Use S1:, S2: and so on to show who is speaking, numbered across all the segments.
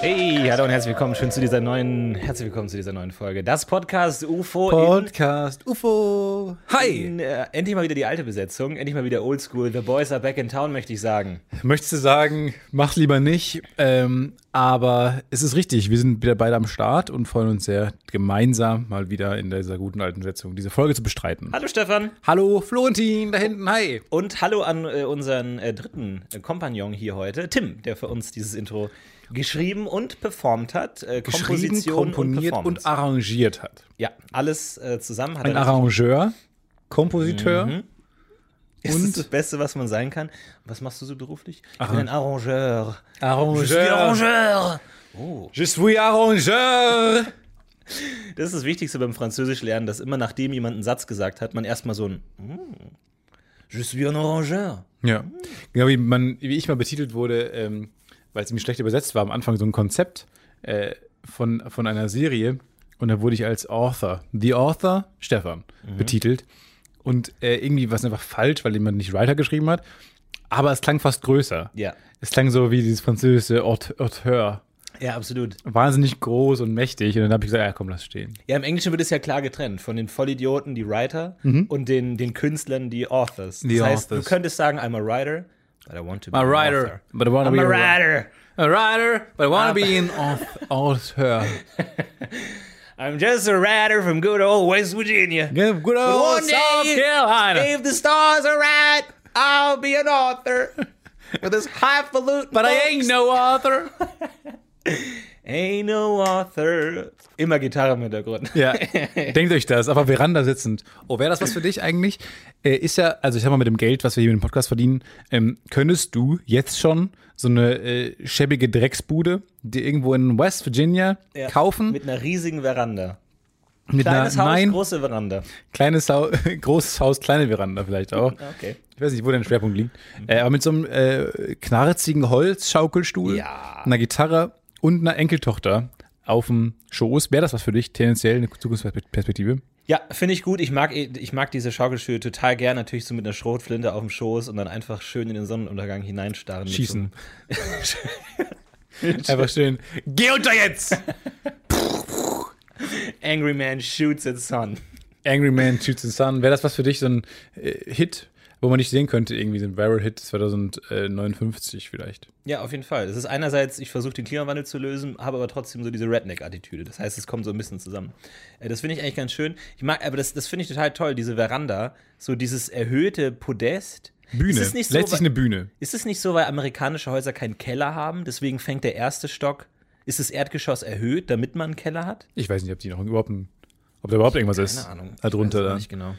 S1: Hey, hallo und herzlich willkommen. Schön zu dieser neuen, herzlich willkommen zu dieser neuen Folge. Das Podcast UFO. in-
S2: Podcast UFO. Hi!
S1: in, äh, endlich mal wieder die alte Besetzung, endlich mal wieder Oldschool. The Boys are back in town, möchte ich sagen.
S2: Möchtest du sagen, mach lieber nicht, ähm, aber es ist richtig, wir sind wieder beide am Start und freuen uns sehr, gemeinsam mal wieder in dieser guten alten Setzung diese Folge zu bestreiten.
S1: Hallo Stefan
S2: Hallo Florentin, da hinten, hi!
S1: und hallo an äh, unseren äh, dritten äh, Kompagnon hier heute, Tim, der für uns dieses Intro geschrieben und performt hat. Äh,
S2: Geschrieben,
S1: Komposition
S2: komponiert und,
S1: und, Performance.
S2: arrangiert hat.
S1: ja, alles äh, zusammen hat
S2: Ein
S1: er.
S2: Arrangeur, Mhm. Kompositeur,
S1: Das
S2: und-
S1: ist das Beste, was man sein kann. Was machst du so beruflich? Ich bin ein Arrangeur. Ich bin
S2: Arrangeur.
S1: Arrangeur.
S2: Je suis Arrangeur!
S1: Das ist das Wichtigste beim Französischlernen, dass immer nachdem jemand einen Satz gesagt hat, man erstmal so ein mm, Je suis un orangeur.
S2: Ja. Genau wie, man, wie ich mal betitelt wurde, ähm, weil es mir schlecht übersetzt war, am Anfang so ein Konzept äh, von, von einer Serie. Und da wurde ich als Author, The Author Stefan,
S1: Mhm.
S2: betitelt. Und äh, irgendwie war es einfach falsch, weil jemand nicht Writer geschrieben hat. Aber es klang fast größer.
S1: Ja.
S2: Es klang so wie dieses französische Aut- Auteur.
S1: Ja, absolut.
S2: Wahnsinnig groß und mächtig. Und dann habe ich gesagt, ja komm, lass stehen.
S1: Ja, im Englischen wird es ja klar getrennt von den Vollidioten, die Writer, und den, den Künstlern, die Authors.
S2: Mhm. Die
S1: das heißt,
S2: Authors.
S1: du könntest sagen, I'm a writer, but I want to be
S2: A
S1: an
S2: writer,
S1: author.
S2: but I wanna
S1: I'm
S2: be
S1: a
S2: a
S1: writer. Ah.
S2: A writer, but I wanna be an auth- author.
S1: I'm just a writer from good old West Virginia.
S2: Good old
S1: One day,
S2: South Carolina.
S1: If the stars are right, I'll be an author. With this highfalutin.
S2: But I
S1: folks.
S2: ain't no author.
S1: Ain't no author. Immer Gitarre im Hintergrund.
S2: Ja, denkt euch das, aber Veranda sitzend. Oh, wäre das was für dich eigentlich? Äh, ist ja, also ich sag mal, mit dem Geld, was wir hier mit dem Podcast verdienen, ähm, könntest du jetzt schon so eine äh, schäbige Drecksbude dir irgendwo in West Virginia
S1: Ja.
S2: kaufen?
S1: Mit einer riesigen Veranda.
S2: mit
S1: Kleines Haus,
S2: nein,
S1: große Veranda.
S2: kleines Haus, großes Haus, kleine Veranda vielleicht auch.
S1: Okay.
S2: Ich weiß nicht, wo dein Schwerpunkt liegt. Äh, aber mit so einem äh, knarzigen Holzschaukelstuhl,
S1: Ja.
S2: einer Gitarre und einer Enkeltochter auf dem Schoß, wäre das was für dich, tendenziell eine Zukunftsperspektive?
S1: Ja, finde ich gut. Ich mag, ich mag diese Schaukelstühle total gern. Natürlich so mit einer Schrotflinte auf dem Schoß und dann einfach schön in den Sonnenuntergang hineinstarren. mit
S2: Schießen.
S1: So.
S2: Einfach schön. Geh unter jetzt!
S1: Angry Man shoots at sun.
S2: Angry Man Shoots the Sun. Wäre das was für dich, so ein äh, Hit, wo man nicht sehen könnte, irgendwie so ein Viral Hit 2059 vielleicht?
S1: Ja, auf jeden Fall. Es ist einerseits, ich versuche den Klimawandel zu lösen, habe aber trotzdem so diese Redneck-Attitüde. Das heißt, es kommt so ein bisschen zusammen. Äh, Das finde ich eigentlich ganz schön. Ich mag, aber das, das finde ich total toll, diese Veranda, so dieses erhöhte Podest.
S2: Bühne.
S1: Ist es nicht so,
S2: Letztlich
S1: weil-
S2: eine Bühne.
S1: Ist es nicht so, weil amerikanische Häuser keinen Keller haben? Deswegen fängt der erste Stock, ist das Erdgeschoss erhöht, damit man einen Keller hat?
S2: Ich weiß nicht, ob die noch überhaupt ein, ob da überhaupt irgendwas ist.
S1: Keine Ahnung.
S2: Da drunter
S1: Ich weiß es
S2: da.
S1: Nicht genau.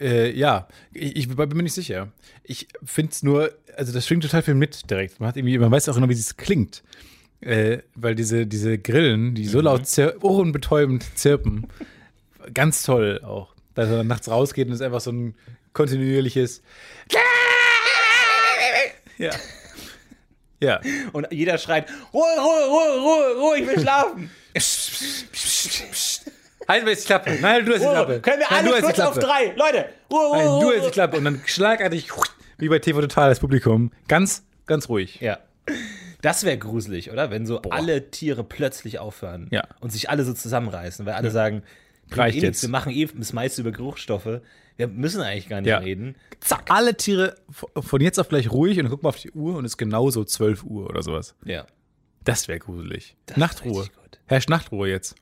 S2: Äh, ja, ich, ich bin mir nicht sicher. Ich finde es nur, also das schwingt total viel mit direkt. Man, hat irgendwie, man weiß auch immer, wie es klingt. Äh, weil diese, diese Grillen, die
S1: Mhm.
S2: so laut zir ohrenbetäubend zirpen, ganz toll auch. Dass man nachts rausgeht und es einfach so ein kontinuierliches. ja. Ja.
S1: Und jeder schreit: Ruhe, Ruhe, Ruhe, Ruhe, Ruhe, ich will schlafen.
S2: Halt mir jetzt die Klappe. Nein, du hast die Klappe.
S1: Ruhe. Oh, Können wir
S2: Nein, du
S1: alle
S2: hast
S1: kurz
S2: die
S1: Oh. auf drei?
S2: Klappe.
S1: Leute, Ruhe, Ruhe,
S2: Nein,
S1: Ruhe.
S2: du hältst die
S1: Ruhe.
S2: Klappe und dann schlagartig, wie bei TV Total, das Publikum. Ganz, ganz ruhig.
S1: Ja. Das wäre gruselig, oder? Wenn so alle Tiere plötzlich aufhören
S2: Ja.
S1: und sich alle so zusammenreißen, weil alle sagen, bringt
S2: Reicht
S1: eh nichts,
S2: jetzt.
S1: wir machen eh das meiste über Geruchstoffe. Wir müssen eigentlich gar nicht
S2: Ja.
S1: reden.
S2: Zack. Alle Tiere v- von jetzt auf gleich ruhig und dann guck mal auf die Uhr und es ist genauso 12 Uhr oder sowas.
S1: Ja.
S2: Das wäre gruselig.
S1: ist
S2: Nachtruhe.
S1: richtig gut.
S2: Herrscht Nachtruhe jetzt.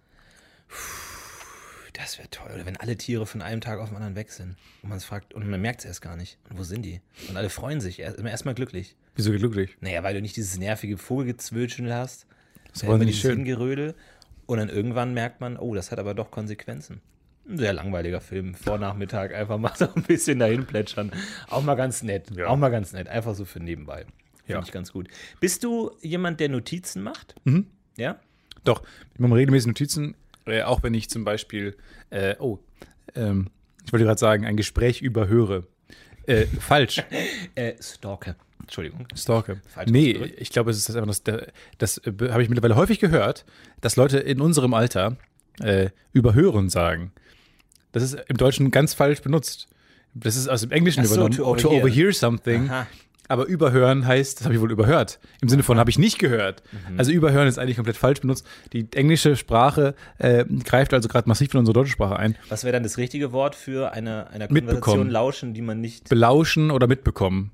S1: Das wäre toll. Oder wenn alle Tiere von einem Tag auf den anderen weg sind und man es fragt und man merkt es erst gar nicht. Und wo sind die? Und alle freuen sich. Er- immer Erstmal glücklich.
S2: Wieso glücklich?
S1: Naja, weil du nicht dieses nervige Vogelgezwitschel hast.
S2: Das
S1: Ja,
S2: war
S1: immer
S2: nicht
S1: dieses
S2: schön.
S1: Hingerödel. Und dann irgendwann merkt man, oh, das hat aber doch Konsequenzen. Ein sehr langweiliger Film. Vornachmittag einfach mal so ein bisschen dahin plätschern. Auch mal ganz nett.
S2: Ja.
S1: Auch mal ganz nett. Einfach so für nebenbei. Finde
S2: Ja.
S1: ich ganz gut. Bist du jemand, der Notizen macht?
S2: Mhm.
S1: Ja?
S2: Doch, ich mache mir regelmäßig Notizen, äh, auch wenn ich zum Beispiel, äh, oh, ähm, ich wollte gerade sagen, ein Gespräch überhöre. Äh, falsch,
S1: Äh, Stalker. Entschuldigung.
S2: stalke.
S1: Falsch
S2: nee,
S1: ausgedrückt.
S2: ich glaube, es ist einfach, das, der- das äh, habe ich mittlerweile häufig gehört, dass Leute in unserem Alter äh, überhören sagen. Das ist im Deutschen ganz falsch benutzt. Das ist aus dem Englischen
S1: Ach so,
S2: übernommen.
S1: to
S2: to
S1: overhear.
S2: overhear something.
S1: Aha.
S2: Aber überhören heißt, das habe ich wohl überhört. Im Sinne von habe ich nicht gehört.
S1: Mhm.
S2: Also überhören ist eigentlich komplett falsch benutzt. Die englische Sprache äh, greift also gerade massiv in unsere deutsche Sprache ein.
S1: Was wäre dann das richtige Wort für eine, einer
S2: Mitbekommen.
S1: Konversation lauschen, die man nicht.
S2: Belauschen oder mitbekommen.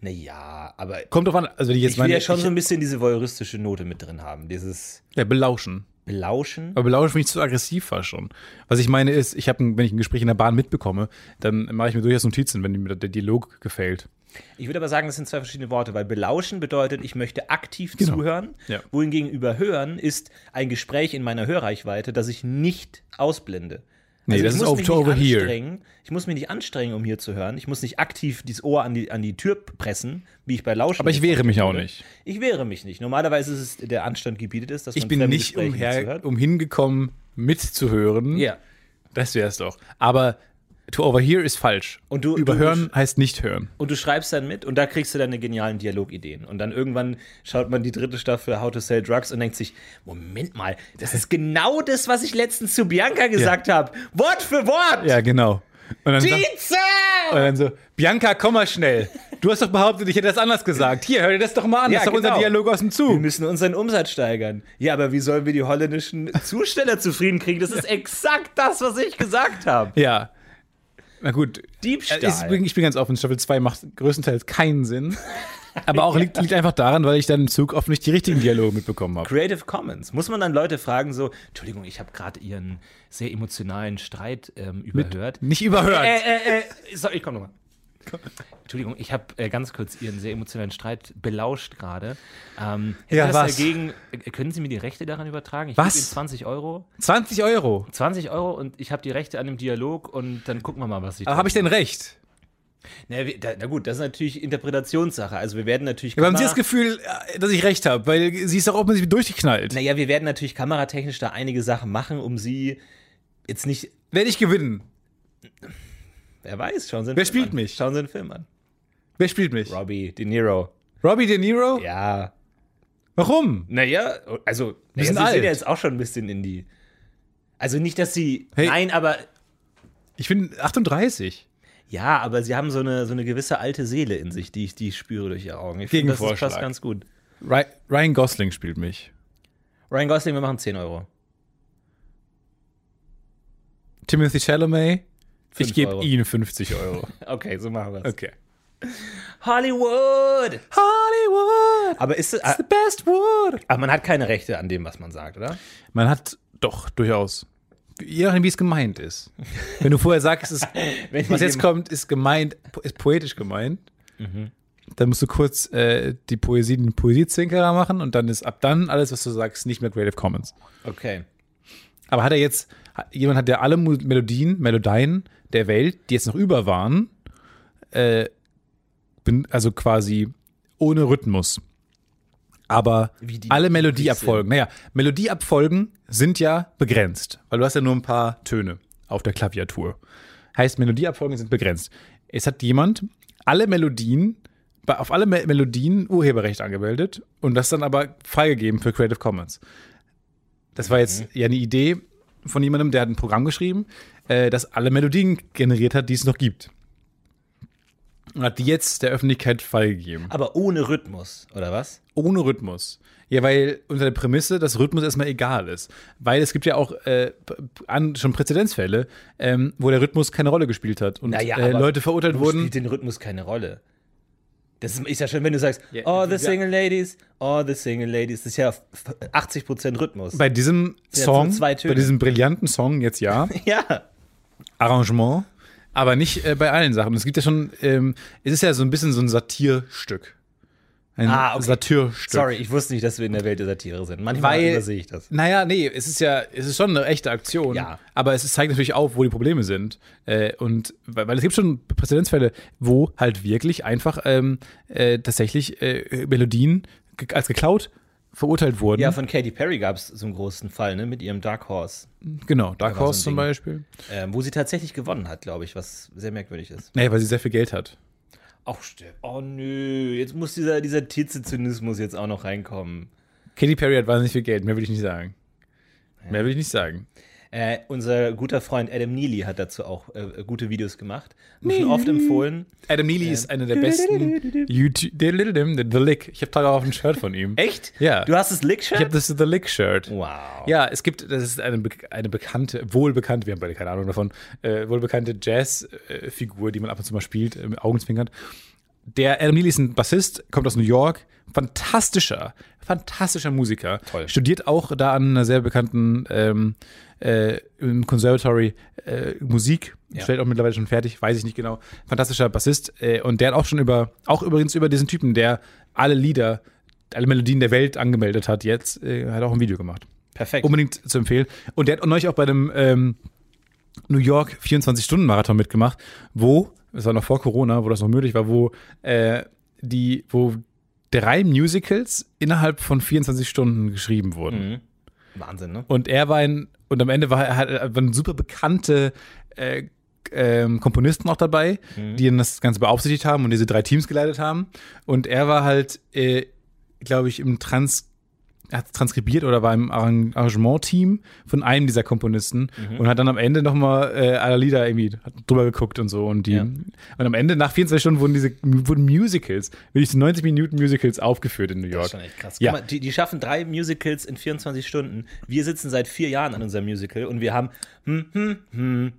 S1: Naja, aber
S2: Kommt drauf an, also wenn ich jetzt
S1: ich will
S2: meine.
S1: ja schon
S2: ich,
S1: so ein bisschen diese voyeuristische Note mit drin haben. Dieses
S2: ja, belauschen.
S1: Belauschen.
S2: Aber belauschen finde ich zu aggressiv fast schon. Was ich meine ist, ich habe, wenn ich ein Gespräch in der Bahn mitbekomme, dann mache ich mir durchaus Notizen, wenn mir der Dialog gefällt.
S1: Ich würde aber sagen, das sind zwei verschiedene Worte, weil belauschen bedeutet, ich möchte aktiv
S2: Genau.
S1: zuhören,
S2: Ja.
S1: wohingegen überhören ist ein Gespräch in meiner Hörreichweite, das ich nicht ausblende. Also
S2: Nee, das
S1: ich
S2: ist
S1: muss
S2: over
S1: mich
S2: to
S1: nicht
S2: over here.
S1: anstrengen- Ich muss mich nicht anstrengen, um hier zu hören. Ich muss nicht aktiv dieses Ohr an die, an die Tür pressen, wie ich bei Lauschen.
S2: Aber ich wehre mich auch nicht.
S1: Ich wehre mich nicht. Normalerweise ist es, der Anstand gebietet ist, dass man
S2: Ich bin
S1: fremde
S2: nicht
S1: Gespräche
S2: umher, um-
S1: zuhört.
S2: umhin gekommen, mitzuhören.
S1: Ja.
S2: Das wäre es doch. Aber to overhear ist falsch.
S1: Und du-
S2: Überhören heißt nicht hören.
S1: Und du schreibst dann mit und da kriegst du deine genialen Dialogideen. Und dann irgendwann schaut man die dritte Staffel How to Sell Drugs und denkt sich, Moment mal, das ist genau das, was ich letztens zu Bianca gesagt habe. Wort für Wort!
S2: Ja, genau. Und dann, und
S1: Dietze!
S2: dann so, Bianca, komm mal schnell. Du hast doch behauptet, ich hätte das anders gesagt. Hier, hör dir das doch mal an.
S1: Ja,
S2: das ist doch
S1: genau.
S2: unser Dialog aus dem
S1: Wir
S2: Zug.
S1: müssen unseren Umsatz steigern. Ja, aber wie sollen wir die holländischen Zusteller zufrieden kriegen? Das ist exakt das, was ich gesagt habe.
S2: Ja. Na gut. Äh,
S1: Diebstahl.
S2: Ist, ich bin ganz offen, Staffel 2 macht größtenteils keinen Sinn. Aber auch liegt, liegt einfach daran, weil ich dann im Zug oft nicht die richtigen Dialoge mitbekommen habe.
S1: Creative Commons. Muss man dann Leute fragen, so, Entschuldigung, ich habe gerade Ihren sehr emotionalen Streit ähm, überhört.
S2: Nicht überhört.
S1: Äh, äh, äh, sorry, ich komm nochmal. Entschuldigung, ich habe äh, ganz kurz Ihren sehr emotionalen Streit belauscht gerade. Ähm, hätten
S2: Ja,
S1: Sie das
S2: was?
S1: dagegen, äh, können Sie mir die Rechte daran übertragen? Ich
S2: Was?
S1: gebe Ihnen 20 Euro.
S2: 20 Euro.
S1: 20 Euro und ich habe die Rechte an dem Dialog und dann gucken wir mal, was ich.
S2: Aber habe ich denn recht?
S1: na, wir- da, na gut, das ist natürlich Interpretationssache. Also wir werden natürlich.
S2: Aber haben Sie
S1: Kamera-
S2: das Gefühl, äh, dass ich recht habe? Weil sie ist doch offensichtlich durchgeknallt.
S1: Naja, wir werden natürlich kameratechnisch da einige Sachen machen, um sie jetzt nicht.
S2: Werde ich gewinnen?
S1: Wer weiß, schauen Sie einen
S2: Wer
S1: Film
S2: spielt
S1: an.
S2: mich?
S1: Schauen Sie einen Film an.
S2: Wer spielt mich?
S1: Robbie, De Niro.
S2: Robbie De Niro?
S1: Ja.
S2: Warum?
S1: Naja, also naja,
S2: sind
S1: sie
S2: alt.
S1: sind ja jetzt auch schon ein bisschen in die. Also nicht, dass sie.
S2: Hey.
S1: Nein, aber.
S2: Ich bin 38.
S1: Ja, aber sie haben so eine, so eine gewisse alte Seele in sich, die ich, die ich spüre durch ihre Augen. Ich finde, das ist
S2: Gegenvorschlag.
S1: fast ganz gut.
S2: Ry- Ryan Gosling spielt mich.
S1: Ryan Gosling, wir machen 10 Euro.
S2: Timothy Chalamet.
S1: Fünf
S2: Ich gebe
S1: Euro.
S2: ihm 50 Euro.
S1: Okay, so machen wir es.
S2: Okay.
S1: Hollywood!
S2: Hollywood.
S1: Aber ist es.
S2: It's the best word.
S1: Aber man hat keine Rechte an dem, was man sagt, oder?
S2: Man hat doch durchaus. Je nachdem, wie es gemeint ist. Wenn du vorher sagst, es,
S1: Wenn
S2: was
S1: ich
S2: jetzt
S1: jemand-
S2: kommt, ist gemeint, ist poetisch gemeint, Mhm. dann musst du kurz äh, die Poesie, den Poesiezwinkerer machen und dann ist ab dann alles, was du sagst, nicht mehr Creative Commons.
S1: Okay.
S2: Aber hat er jetzt, hat- jemand hat, der alle Mu- Melodien, Melodien der Welt, die jetzt noch über waren, äh, bin, also quasi ohne Rhythmus. Aber
S1: Wie die
S2: alle
S1: üblich
S2: Melodieabfolgen, naja, Melodieabfolgen sind ja begrenzt, weil du hast ja nur ein paar Töne auf der Klaviatur. Heißt, Melodieabfolgen sind begrenzt. Es hat jemand alle Melodien, bei- auf alle Me Melodien Urheberrecht angemeldet und das dann aber freigegeben für Creative Commons. Das war jetzt ja eine Idee von jemandem, der hat ein Programm geschrieben, äh, das alle Melodien generiert hat, die es noch gibt. Und hat die jetzt der Öffentlichkeit freigegeben.
S1: Aber ohne Rhythmus, oder was?
S2: Ohne Rhythmus. Ja, weil unter der Prämisse, dass Rhythmus erstmal egal ist. Weil es gibt ja auch äh, p- p- an, schon Präzedenzfälle, ähm, wo der Rhythmus keine Rolle gespielt hat und
S1: Naja,
S2: äh,
S1: aber
S2: Leute verurteilt
S1: Wo
S2: wurden.
S1: Spielt den Rhythmus keine Rolle. Das ist, ist ja schon, wenn du sagst,
S2: Ja,
S1: all the
S2: ja.
S1: single ladies, all the single ladies. Das ist ja 80% Rhythmus.
S2: Bei diesem
S1: sind
S2: Song,
S1: zwei Töne.
S2: bei diesem brillanten Song jetzt ja,
S1: ja.
S2: Arrangement, aber nicht äh, bei allen Sachen. Es gibt ja schon, ähm, es ist ja so ein bisschen so ein Satirstück. Ein
S1: Ah, okay.
S2: Satirstück.
S1: Sorry, ich wusste nicht, dass wir in der Welt der Satire sind. Manchmal
S2: Weil-
S1: übersehe ich das.
S2: Naja, nee, es ist ja, es ist schon eine echte Aktion.
S1: Ja.
S2: Aber es zeigt natürlich auf, wo die Probleme sind. Äh, und weil, weil es gibt schon Präzedenzfälle, wo halt wirklich einfach ähm, äh, tatsächlich äh, Melodien ge als geklaut verurteilt wurden.
S1: Ja, von Katy Perry gab es so einen großen Fall, ne, mit ihrem Dark Horse,
S2: genau,
S1: war so
S2: Dark
S1: ein
S2: Horse zum
S1: Ding.
S2: Beispiel.
S1: ähm, wo sie tatsächlich gewonnen hat, glaube ich, was sehr merkwürdig ist.
S2: Nee, weil sie sehr viel Geld hat.
S1: Auch still. Oh nö, jetzt muss dieser, dieser Tize-Zynismus jetzt auch noch reinkommen.
S2: Katy Perry hat wahnsinnig viel Geld, mehr will ich nicht sagen. Mehr will ich nicht sagen.
S1: Äh, unser guter Freund Adam Neely hat dazu auch äh, gute Videos gemacht. Haben wir Schon oft empfohlen.
S2: Adam Neely ist einer der besten YouTube. The Lick. Ich habe teilweise auf ein Shirt von ihm.
S1: Echt?
S2: Ja.
S1: Du hast das Lick-Shirt?
S2: Ich habe das The Lick Shirt.
S1: Wow.
S2: Ja, es gibt, das ist eine, be- eine bekannte, wohlbekannte, wir haben beide keine Ahnung davon, äh, wohlbekannte Jazz-Figur, die man ab und zu mal spielt, äh, mit Augenzwinkern. Der Adam Neely ist ein Bassist, kommt aus New York, fantastischer, fantastischer Musiker.
S1: Toll.
S2: Studiert auch da an einer sehr bekannten ähm, äh, im Conservatory äh, Musik.
S1: Ja.
S2: Stellt auch mittlerweile schon fertig, weiß ich nicht genau. Fantastischer Bassist. Äh, und der hat auch schon über, auch übrigens über diesen Typen, der alle Lieder, alle Melodien der Welt angemeldet hat, jetzt äh, hat auch ein Video gemacht.
S1: Perfekt.
S2: Unbedingt zu empfehlen. Und der hat neulich auch bei dem ähm, New York 24-Stunden-Marathon mitgemacht, wo, es war noch vor Corona, wo das noch möglich war, wo äh, die, wo drei Musicals innerhalb von 24 Stunden geschrieben wurden.
S1: Mhm. Wahnsinn, ne?
S2: Und er war ein, und am Ende war er hat- waren super bekannte äh, ähm, Komponisten auch dabei,
S1: Mhm.
S2: die dann das Ganze beaufsichtigt haben und diese drei Teams geleitet haben. Und er war halt, äh, glaube ich, im Trans er hat transkribiert oder war im Arrang- Arrangement-Team von einem dieser Komponisten
S1: Mhm.
S2: und hat dann am Ende nochmal äh, alle Lieder irgendwie hat drüber geguckt und so. Und, die,
S1: Ja.
S2: und am Ende, nach 24 Stunden, wurden diese wurden Musicals, wirklich so 90 Minuten Musicals aufgeführt in New
S1: Das
S2: York.
S1: ist schon echt krass.
S2: Ja.
S1: Guck mal, die, die schaffen drei Musicals in 24 Stunden. Wir sitzen seit vier Jahren an unserem Musical und wir haben, hm, hm, hm.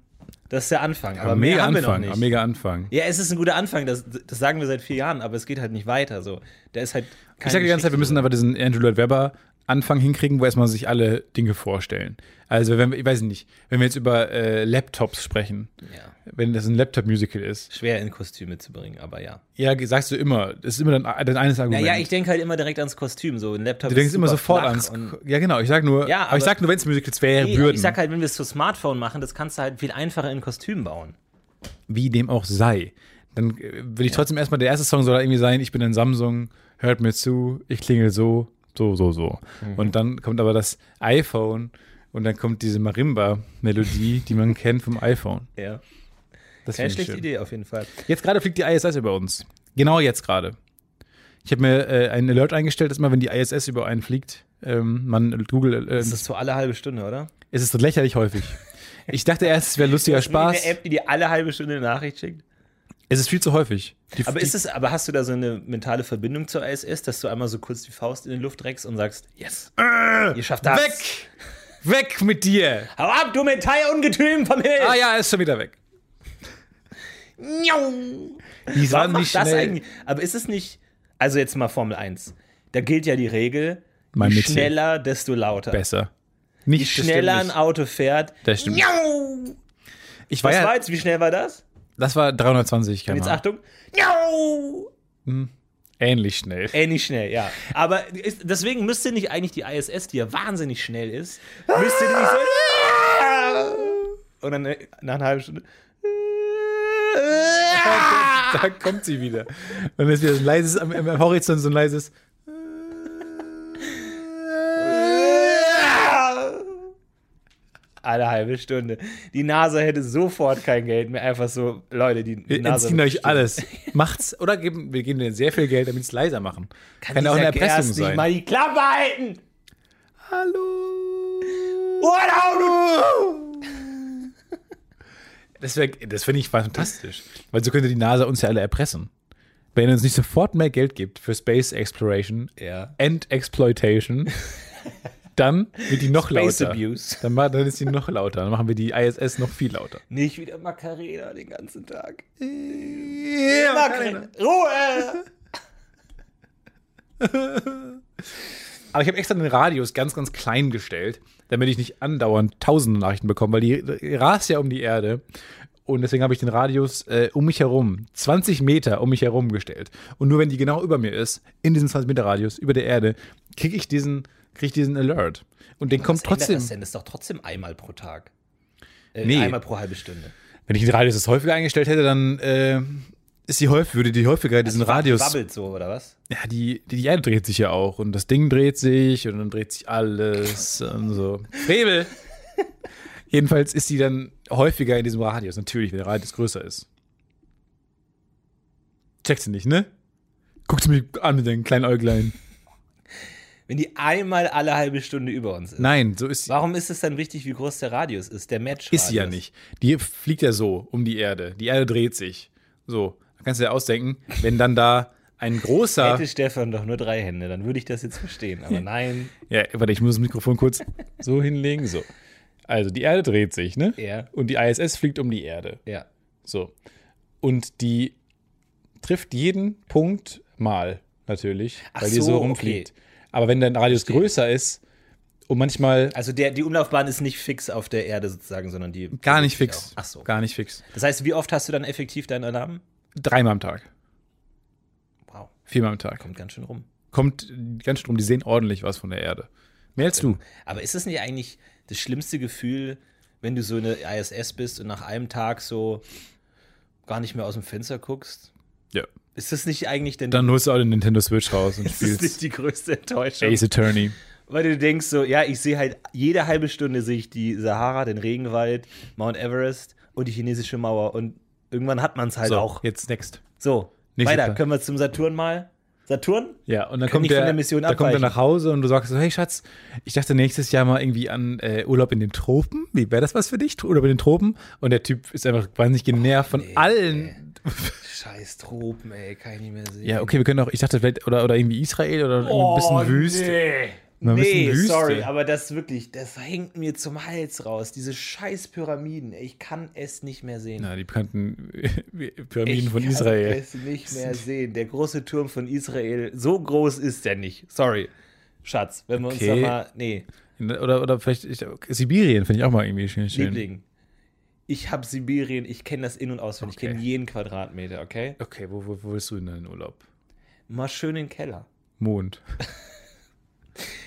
S1: Das ist der Anfang. Aber mehr
S2: mega
S1: haben
S2: Anfang,
S1: wir noch nicht.
S2: mega Anfang.
S1: Ja, es ist ein guter Anfang, das, das sagen wir seit vier Jahren, aber es geht halt nicht weiter. So. Da ist halt keine
S2: Ich sage die ganze Zeit,
S1: Geschichte
S2: wir müssen
S1: drin.
S2: aber diesen Andrew Lloyd Webber Anfang hinkriegen, wo erstmal sich alle Dinge vorstellen. Also, wenn wir, ich weiß nicht, wenn wir jetzt über äh, Laptops sprechen,
S1: Ja.
S2: wenn das ein Laptop-Musical ist,
S1: Schwer in Kostüme zu bringen, aber ja.
S2: ja, sagst du immer, das ist immer dein, dein eines Argument.
S1: Naja, ich denke halt immer direkt ans Kostüm. So ein Laptop
S2: du denkst
S1: ist
S2: immer
S1: super
S2: sofort
S1: flach
S2: ans.
S1: und-
S2: Ja, genau, ich sag nur,
S1: Ja,
S2: aber, ich
S1: aber-
S2: sag nur, wenn es Musicals wären,
S1: Nee,
S2: würden.
S1: ich sag halt, wenn wir es zu Smartphone machen, das kannst du halt viel einfacher in Kostüm bauen.
S2: wie dem auch sei. Dann äh, will ich trotzdem erstmal, der erste Song soll irgendwie sein, ich bin ein Samsung, hört mir zu, ich klingel so, so, so, so.
S1: Mhm.
S2: Und dann kommt aber das iPhone und dann kommt diese Marimba-Melodie, die man kennt vom iPhone.
S1: Ja.
S2: Das
S1: Keine
S2: finde ich
S1: schlechte
S2: schön.
S1: Idee auf jeden Fall.
S2: Jetzt gerade fliegt die ISS über uns. Genau jetzt gerade. Ich habe mir äh, einen Alert eingestellt, dass immer, wenn die ISS über einen fliegt, ähm, man Google, äh,
S1: Das ist so alle halbe Stunde, oder?
S2: es ist lächerlich häufig. Ich dachte erst, es wäre lustiger
S1: Ist
S2: Spaß.
S1: eine App, die dir alle halbe Stunde eine Nachricht schickt.
S2: Es ist viel zu häufig. Die,
S1: Aber
S2: die,
S1: ist es, aber hast du da so eine mentale Verbindung zur ISS, dass du einmal so kurz die Faust in die Luft reckst und sagst, yes, ihr schafft das.
S2: weg! Weg mit dir!
S1: Hau ab, du Metall-Ungetüm vom Himmel!
S2: Ah ja, er ist schon wieder weg.
S1: Njau! Warum
S2: Die waren
S1: macht
S2: nicht
S1: das
S2: schnell.
S1: eigentlich? Aber ist es nicht, also jetzt mal Formel 1, da gilt ja die Regel,
S2: Mein
S1: je
S2: Metier.
S1: schneller, desto lauter.
S2: besser. Nicht
S1: Je schneller
S2: das
S1: ein
S2: stimmt
S1: Auto fährt,
S2: nicht. Das stimmt.
S1: Njau!
S2: Ich war
S1: Was war
S2: ja,
S1: jetzt, wie schnell war das?
S2: das war 320
S1: Und jetzt
S2: km.
S1: Achtung, Njau!
S2: Ähnlich schnell.
S1: Ähnlich Äh, schnell, ja. Aber ist, deswegen müsste nicht eigentlich die ISS, die ja wahnsinnig schnell ist, müsste die nicht so. Und dann äh, nach einer halben Stunde.
S2: Da kommt sie wieder. Und es ist wieder so ein leises, am, am Horizont so ein leises.
S1: Alle halbe Stunde. Die NASA hätte sofort kein Geld mehr. Einfach so, Leute, die
S2: Wir
S1: NASA.
S2: entziehen euch alles. Macht's. Oder geben, wir geben denen sehr viel Geld, damit sie es leiser machen. Kann,
S1: Kann
S2: ja auch eine
S1: Gerst
S2: Erpressung
S1: nicht
S2: sein.
S1: mal die Klappe halten!
S2: Hallo.
S1: Urlaub!
S2: Das, wär- das finde ich fantastisch. Weil so könnte die NASA uns ja alle erpressen. Wenn er uns nicht sofort mehr Geld gibt für Space Exploration äh,
S1: Ja.
S2: and Exploitation, dann wird die noch
S1: Space
S2: lauter.
S1: Abuse.
S2: Dann, ma- dann ist die noch lauter. Dann machen wir die ISS noch viel lauter.
S1: Nicht wieder Macarena den ganzen Tag. Macarena. Ruhe!
S2: Aber ich habe extra den Radius ganz, ganz klein gestellt, damit ich nicht andauernd tausende Nachrichten bekomme, weil die, die rast ja um die Erde. Und deswegen habe ich den Radius äh, um mich herum, 20 Meter um mich herum gestellt. Und nur wenn die genau über mir ist, in diesem 20 Meter Radius, über der Erde, kriege ich diesen, krieg ich diesen Alert. Und den kommt
S1: Was ändert
S2: trotzdem.
S1: Das, denn? das ist doch trotzdem einmal pro Tag. Äh,
S2: Nee.
S1: Einmal pro halbe Stunde.
S2: Wenn ich den Radius das häufiger eingestellt hätte, dann äh, ist die häufig, würde die Häufigkeit diesen
S1: Das
S2: Radius.
S1: Wabbelt so, oder was?
S2: Ja, die, die, die Erde dreht sich ja auch und das Ding dreht sich und dann dreht sich alles und so. Frevel! Jedenfalls ist die dann häufiger in diesem Radius, natürlich, wenn der Radius größer ist. Checkst du nicht, ne? Guckst du mich an mit deinen kleinen Äuglein.
S1: Wenn die einmal alle halbe Stunde über uns ist.
S2: Nein, so ist sie.
S1: Warum ist es dann wichtig, wie groß der Radius ist? Der Match.
S2: Ist sie ja nicht. Die fliegt ja so um die Erde. Die Erde dreht sich. So, da kannst du dir ausdenken, wenn dann da ein großer.
S1: Hätte Stefan doch nur drei Hände, dann würde ich das jetzt verstehen. Aber nein,
S2: Ja, warte, ich muss das Mikrofon kurz so hinlegen. So. Also die Erde dreht sich, ne?
S1: Ja.
S2: Und die ISS fliegt um die Erde.
S1: ja.
S2: So. Und die trifft jeden Punkt mal, natürlich,
S1: Ach
S2: weil die so
S1: so,
S2: rumfliegt. Aber wenn dein Radius größer ist und manchmal
S1: Also der, die Umlaufbahn ist nicht fix auf der Erde sozusagen, sondern die.
S2: gar nicht
S1: bewegt sich
S2: fix.
S1: auch. Ach so.
S2: Gar nicht fix.
S1: Das heißt, wie oft hast du dann effektiv deinen Alarm?
S2: Dreimal am Tag.
S1: Wow,
S2: Viermal am Tag.
S1: kommt ganz schön rum.
S2: Kommt ganz schön drum, die sehen ordentlich was von der Erde. Mehr als du.
S1: Aber ist das nicht eigentlich das schlimmste Gefühl, wenn du so eine ISS bist und nach einem Tag so gar nicht mehr aus dem Fenster guckst?
S2: Ja.
S1: Ist das nicht eigentlich denn
S2: Dann holst du auch den Nintendo Switch raus und
S1: ist das nicht
S2: spielst
S1: die größte Enttäuschung?
S2: Ace Attorney.
S1: Weil du denkst so, ja, ich sehe halt jede halbe Stunde sehe ich die Sahara, den Regenwald, Mount Everest und die chinesische Mauer und irgendwann hat man es halt
S2: So,
S1: auch.
S2: jetzt next.
S1: So,
S2: Nächste
S1: weiter,
S2: Frage.
S1: können wir zum Saturn mal? Saturn?
S2: Ja, und dann
S1: Kann
S2: kommt
S1: nicht von
S2: der,
S1: der Mission
S2: da kommt er
S1: abweichen.
S2: nach Hause und du sagst so, hey Schatz, ich dachte nächstes Jahr mal irgendwie an äh, Urlaub in den Tropen. Wie wäre das was für dich? Tro- Urlaub in den Tropen? Und der Typ ist einfach wahnsinnig genervt von allen.
S1: Scheiß Tropen, ey, kann ich nicht mehr sehen.
S2: Ja, okay, wir können auch, ich dachte vielleicht, oder, oder irgendwie Israel oder irgendwie ein bisschen Wüste.
S1: Oh, Nee,
S2: Mal ein bisschen
S1: nee
S2: Wüste.
S1: sorry, aber das wirklich, das hängt mir zum Hals raus. Diese scheiß Pyramiden, ey, ich kann es nicht mehr sehen.
S2: Na, die bekannten äh, Pyramiden
S1: ich
S2: von
S1: kann
S2: Israel.
S1: es nicht mehr sehen. Der große Turm von Israel, so groß ist der nicht. Sorry, Schatz, wenn wir
S2: Okay.
S1: uns da mal, nee,
S2: Oder, oder vielleicht ich, Sibirien finde ich auch mal irgendwie schön. schön.
S1: Liebling, ich habe Sibirien, ich kenne das in- und auswendig,
S2: Okay.
S1: ich kenne jeden Quadratmeter, okay?
S2: Okay, wo, wo, wo willst du denn deinen Urlaub?
S1: Mal schön in den Keller.
S2: Mond.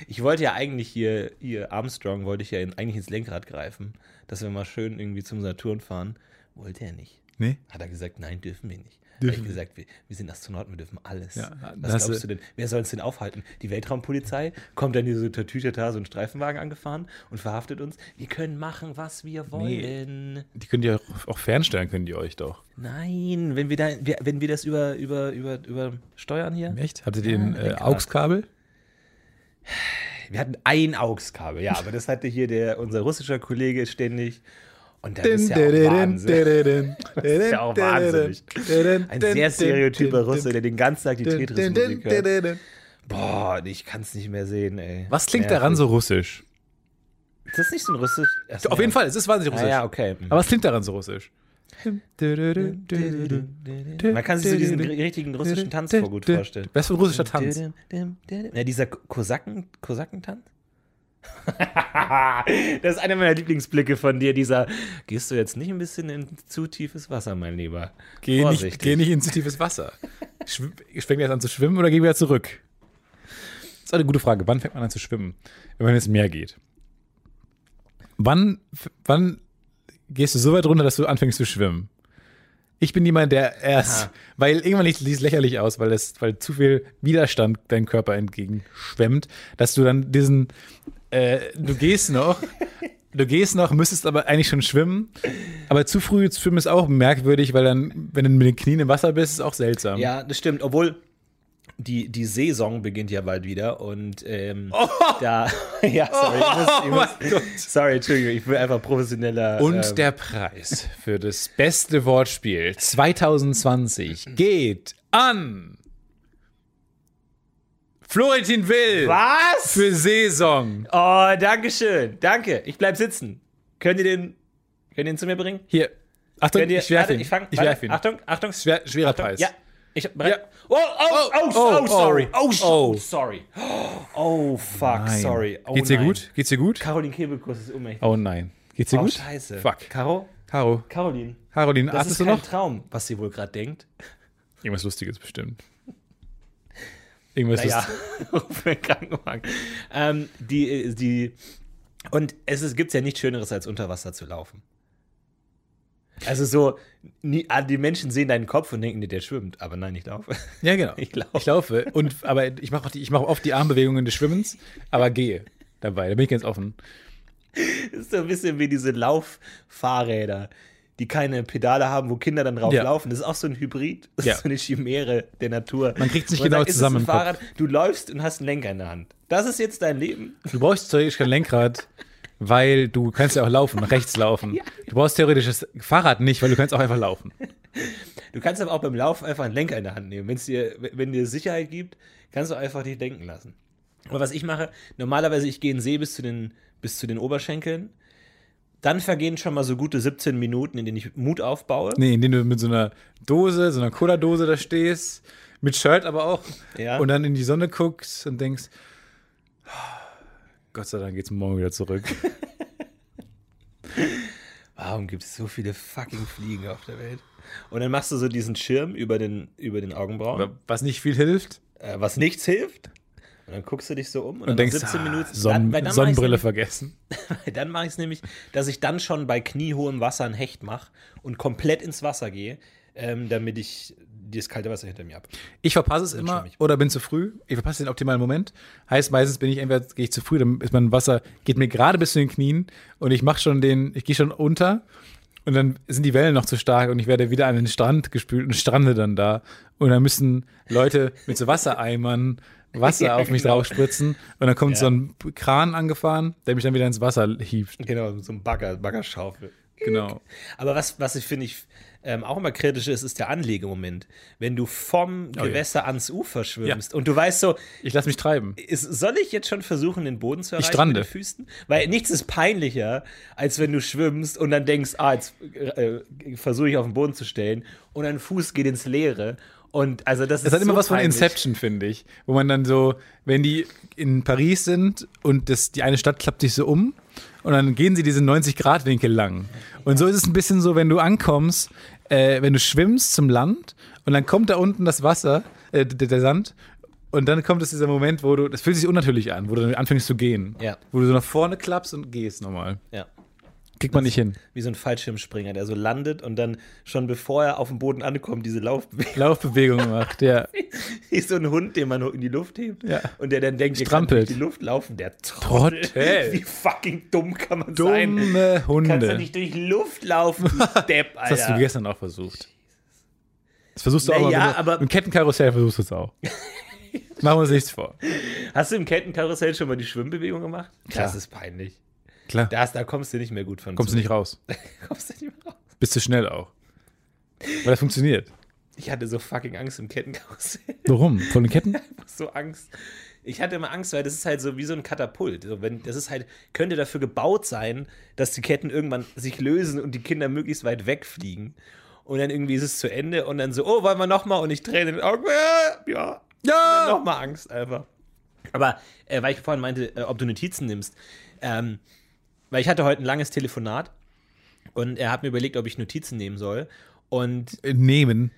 S1: Ich wollte ja eigentlich hier, hier Armstrong wollte ich ja in, eigentlich ins Lenkrad greifen, dass wir mal schön irgendwie zum Saturn fahren. Wollte er nicht.
S2: Nee?
S1: Hat er gesagt, nein, dürfen wir nicht.
S2: Dürfen
S1: Dürfen ich
S2: wir.
S1: gesagt, wir, wir sind Astronauten, wir dürfen alles.
S2: Ja, das- äh,
S1: Was glaubst du denn? Wer soll uns denn aufhalten? Die Weltraumpolizei? Kommt dann hier so Tatütata, so ein Streifenwagen angefahren und verhaftet uns? Wir können machen, was wir wollen.
S2: Die könnt ihr auch, auch fernsteuern, können die euch doch.
S1: Nein, wenn wir, da, wir- wenn wir das über, über, über, über steuern hier.
S2: Echt? Hattet ihr ein äh,
S1: Lenkrad.
S2: AUX-Kabel?
S1: Wir hatten ein AUX-Kabel, ja, aber das hatte hier der, unser russischer Kollege ständig. Und das ist ja auch Wahnsinn.
S2: Das ist
S1: ja auch wahnsinnig. Ein sehr stereotyper Russe, der den ganzen Tag die Tetris-Musik hört. Boah, ich kann es nicht mehr sehen, ey.
S2: Was klingt daran so russisch?
S1: Ist das nicht so ein russisch? Achso,
S2: Auf jeden Fall, es ist wahnsinnig
S1: Ah,
S2: russisch.
S1: ja, okay.
S2: Aber was klingt daran so russisch?
S1: Hm. Man kann sich so diesen richtigen russischen Tanz vor gut vorstellen.
S2: Was für ein russischer Tanz?
S1: Ja, dieser K- Kosaken, Kosakentanz? das ist einer meiner Lieblingsblicke von dir, dieser, gehst du jetzt nicht ein bisschen in zu tiefes Wasser, mein Lieber?
S2: Geh nicht,
S1: Vorsichtig.
S2: geh nicht in zu tiefes Wasser. Schw- Fängt man jetzt an zu schwimmen oder gehen wir zurück? Das ist eine gute Frage. Wann fängt man an zu schwimmen, wenn man ins Meer geht? Wann, f- wann gehst du so weit runter, dass du anfängst zu schwimmen? Ich bin jemand, der erst, weil irgendwann sieht es lächerlich aus, weil, das, weil zu viel Widerstand deinem Körper entgegenschwemmt, dass du dann diesen, äh, du gehst noch, du gehst noch, müsstest aber eigentlich schon schwimmen, aber zu früh zu schwimmen ist auch merkwürdig, weil dann, wenn du mit den Knien im Wasser bist, ist es auch seltsam.
S1: Ja, das stimmt, obwohl die, die Saison beginnt ja bald wieder und ähm,
S2: Oh!
S1: da, ja, sorry, ich muss, ich muss, sorry, Entschuldigung, ich will einfach professioneller.
S2: Und
S1: ähm,
S2: der Preis für das beste Wortspiel
S1: Mhm.
S2: 2020 geht an Florentin Will
S1: was?
S2: für Saison.
S1: Oh, Dankeschön, danke, ich bleib sitzen. Könnt ihr den, könnt ihr den zu mir bringen?
S2: Hier. Achtung,
S1: Könnt ihr,
S2: ich werfe
S1: warte,
S2: ihn.
S1: Ich, fang,
S2: ich
S1: warte,
S2: werfe ihn.
S1: Achtung, Achtung.
S2: Schwer, schwerer
S1: Achtung,
S2: Preis.
S1: Ja. Ich hab bereit. Oh, oh, oh,
S2: oh,
S1: oh, sorry.
S2: oh,
S1: Oh, sh-
S2: oh.
S1: oh, sorry. Oh, fuck,
S2: Nein.
S1: sorry. Oh,
S2: Geht's dir
S1: nein.
S2: gut? Geht's dir gut?
S1: Caroline Kebekus ist ohnmächtig.
S2: Oh nein. Geht's dir
S1: Oh,
S2: gut?
S1: scheiße.
S2: Fuck.
S1: Caro?
S2: Caro,
S1: Caroline.
S2: Caroline,
S1: Das ist
S2: atmest du
S1: kein
S2: noch?
S1: Traum, was sie wohl gerade denkt.
S2: Irgendwas Lustiges bestimmt. Irgendwas
S1: Naja,
S2: Lustiges.
S1: rufen wir den Krankenwagen. um Ähm, die, äh, die, und es ist, gibt's ja nichts Schöneres, als unter Wasser zu laufen. Also so, nie, ah, die Menschen sehen deinen Kopf und denken, nee, der schwimmt. Aber nein, ich laufe.
S2: Ja, genau.
S1: Ich laufe.
S2: Ich laufe. Und, aber ich mache auch die- ich mach oft die Armbewegungen des Schwimmens, aber gehe dabei. Da bin ich ganz offen.
S1: Das ist so ein bisschen wie diese Lauffahrräder, die keine Pedale haben, wo Kinder dann drauf
S2: Ja.
S1: laufen. Das ist auch so ein Hybrid. Das
S2: Ja.
S1: ist so eine Chimäre der Natur.
S2: Man kriegt's nicht
S1: Wo
S2: genau
S1: ist es
S2: zusammen
S1: ein
S2: im Kopf.
S1: Fahrrad, du läufst und hast einen Lenker in der Hand. Das ist jetzt dein Leben.
S2: Du brauchst theoretisch kein Lenkrad, weil du kannst ja auch laufen, nach rechts laufen. Du brauchst theoretisch das Fahrrad nicht, weil du kannst auch einfach laufen.
S1: Du kannst aber auch beim Laufen einfach einen Lenker in der Hand nehmen. Wenn's dir, wenn dir Sicherheit gibt, kannst du einfach dich denken lassen. Aber was ich mache, normalerweise ich gehe in den See bis zu den, bis zu den Oberschenkeln. Dann vergehen schon mal so gute 17 Minuten, in denen ich Mut aufbaue.
S2: Nee, indem du mit so einer Dose, so einer Cola-Dose da stehst, mit Shirt aber auch,
S1: Ja.
S2: und dann in die Sonne guckst und denkst, "Ah, Gott sei Dank geht's morgen wieder zurück.
S1: Warum gibt es so viele fucking Fliegen auf der Welt? Und dann machst du so diesen Schirm über den, über den Augenbrauen,
S2: Was nicht viel hilft
S1: äh, was nichts hilft. Und dann guckst du dich so um und,
S2: und
S1: dann
S2: denkst,
S1: 17
S2: ah,
S1: Minuten.
S2: Sonnen
S1: weil dann
S2: Sonnenbrille
S1: Mach
S2: vergessen.
S1: ich's nämlich, dann mache ich es nämlich, dass ich dann schon bei kniehohem Wasser ein Hecht mache und komplett ins Wasser gehe, ähm, damit ich das kalte Wasser hinter mir ab.
S2: Ich verpasse es immer
S1: schwammig.
S2: oder bin zu früh. Ich verpasse den optimalen Moment. Heißt, meistens bin ich entweder gehe ich zu früh, dann ist mein Wasser geht mir gerade bis zu den Knien und ich mache schon den, ich gehe schon unter und dann sind die Wellen noch zu stark und ich werde wieder an den Strand gespült und strande dann da und dann müssen Leute mit so Wassereimern Wasser
S1: Ja,
S2: auf mich
S1: genau.
S2: draufspritzen und dann kommt
S1: Ja.
S2: so ein Kran angefahren, der mich dann wieder ins Wasser hieft.
S1: Genau, so ein Bagger, Baggerschaufel.
S2: Genau.
S1: Aber was, was ich finde ich ähm, auch immer kritisch ist, ist der Anlegemoment. Wenn du vom
S2: Oh ja.
S1: Gewässer ans Ufer schwimmst und du weißt so,
S2: Ich lasse mich treiben.
S1: ist, soll ich jetzt schon versuchen, den Boden zu erreichen
S2: strande.
S1: mit den Füßen? Weil nichts ist peinlicher, als wenn du schwimmst und dann denkst, ah, jetzt äh, äh, versuche ich auf den Boden zu stellen und dein Fuß geht ins Leere. Und also das,
S2: Es
S1: ist
S2: hat immer
S1: so
S2: was von
S1: peinlich.
S2: Inception, finde ich. Wo man dann so, wenn die in Paris sind und das, die eine Stadt klappt sich so um und dann gehen sie diesen 90-Grad-Winkel lang. Und so ist es ein bisschen so, wenn du ankommst, äh, wenn du schwimmst zum Land und dann kommt da unten das Wasser, äh, der, der Sand. Und dann kommt es dieser Moment, wo du, das fühlt sich unnatürlich an, wo du dann anfängst zu gehen.
S1: Ja.
S2: Wo du so nach vorne klappst und gehst nochmal.
S1: Ja.
S2: Kriegt man nicht hin.
S1: Wie so ein Fallschirmspringer, der so landet und dann schon bevor er auf dem Boden ankommt, diese Laufbewegung.
S2: Laufbewegungen macht, ja.
S1: Wie so ein Hund, den man in die Luft hebt
S2: Ja.
S1: und der dann denkt, er kann
S2: Strampelt.
S1: durch die Luft laufen. Der Trottel.
S2: Trottel.
S1: Wie fucking dumm kann man sein?
S2: Dumme
S1: Kannst du
S2: Hunde.
S1: nicht durch Luft laufen, du Depp, Alter.
S2: Das hast du gestern auch versucht. Das versuchst du
S1: Na
S2: auch mal.
S1: ja,
S2: mit-
S1: aber-
S2: Im Kettenkarussell versuchst du es auch. Machen wir uns nichts vor.
S1: Hast du im Kettenkarussell schon mal die Schwimmbewegung gemacht?
S2: Klar.
S1: Das ist peinlich.
S2: Klar.
S1: Das, da kommst du nicht mehr gut von.
S2: kommst du nicht raus.
S1: nicht, kommst du nicht mehr raus.
S2: Bist du schnell auch. Weil das funktioniert.
S1: Ich hatte so fucking Angst im Kettenkarussell.
S2: Warum? Von den Ketten?
S1: so Angst. Ich hatte immer Angst, weil das ist halt so wie so ein Katapult. So, wenn, das ist halt, könnte dafür gebaut sein, dass die Ketten irgendwann sich lösen und die Kinder möglichst weit wegfliegen. Und dann irgendwie ist es zu Ende und dann so, oh, wollen wir nochmal? Und ich träne in den Augen. Äh, Ja,
S2: Ja!
S1: nochmal Angst einfach. Oh. Aber äh, weil ich vorhin meinte, äh, ob du Notizen nimmst, ähm, weil ich hatte heute ein langes Telefonat und er hat mir überlegt, ob ich Notizen nehmen soll. Und
S2: Nehmen.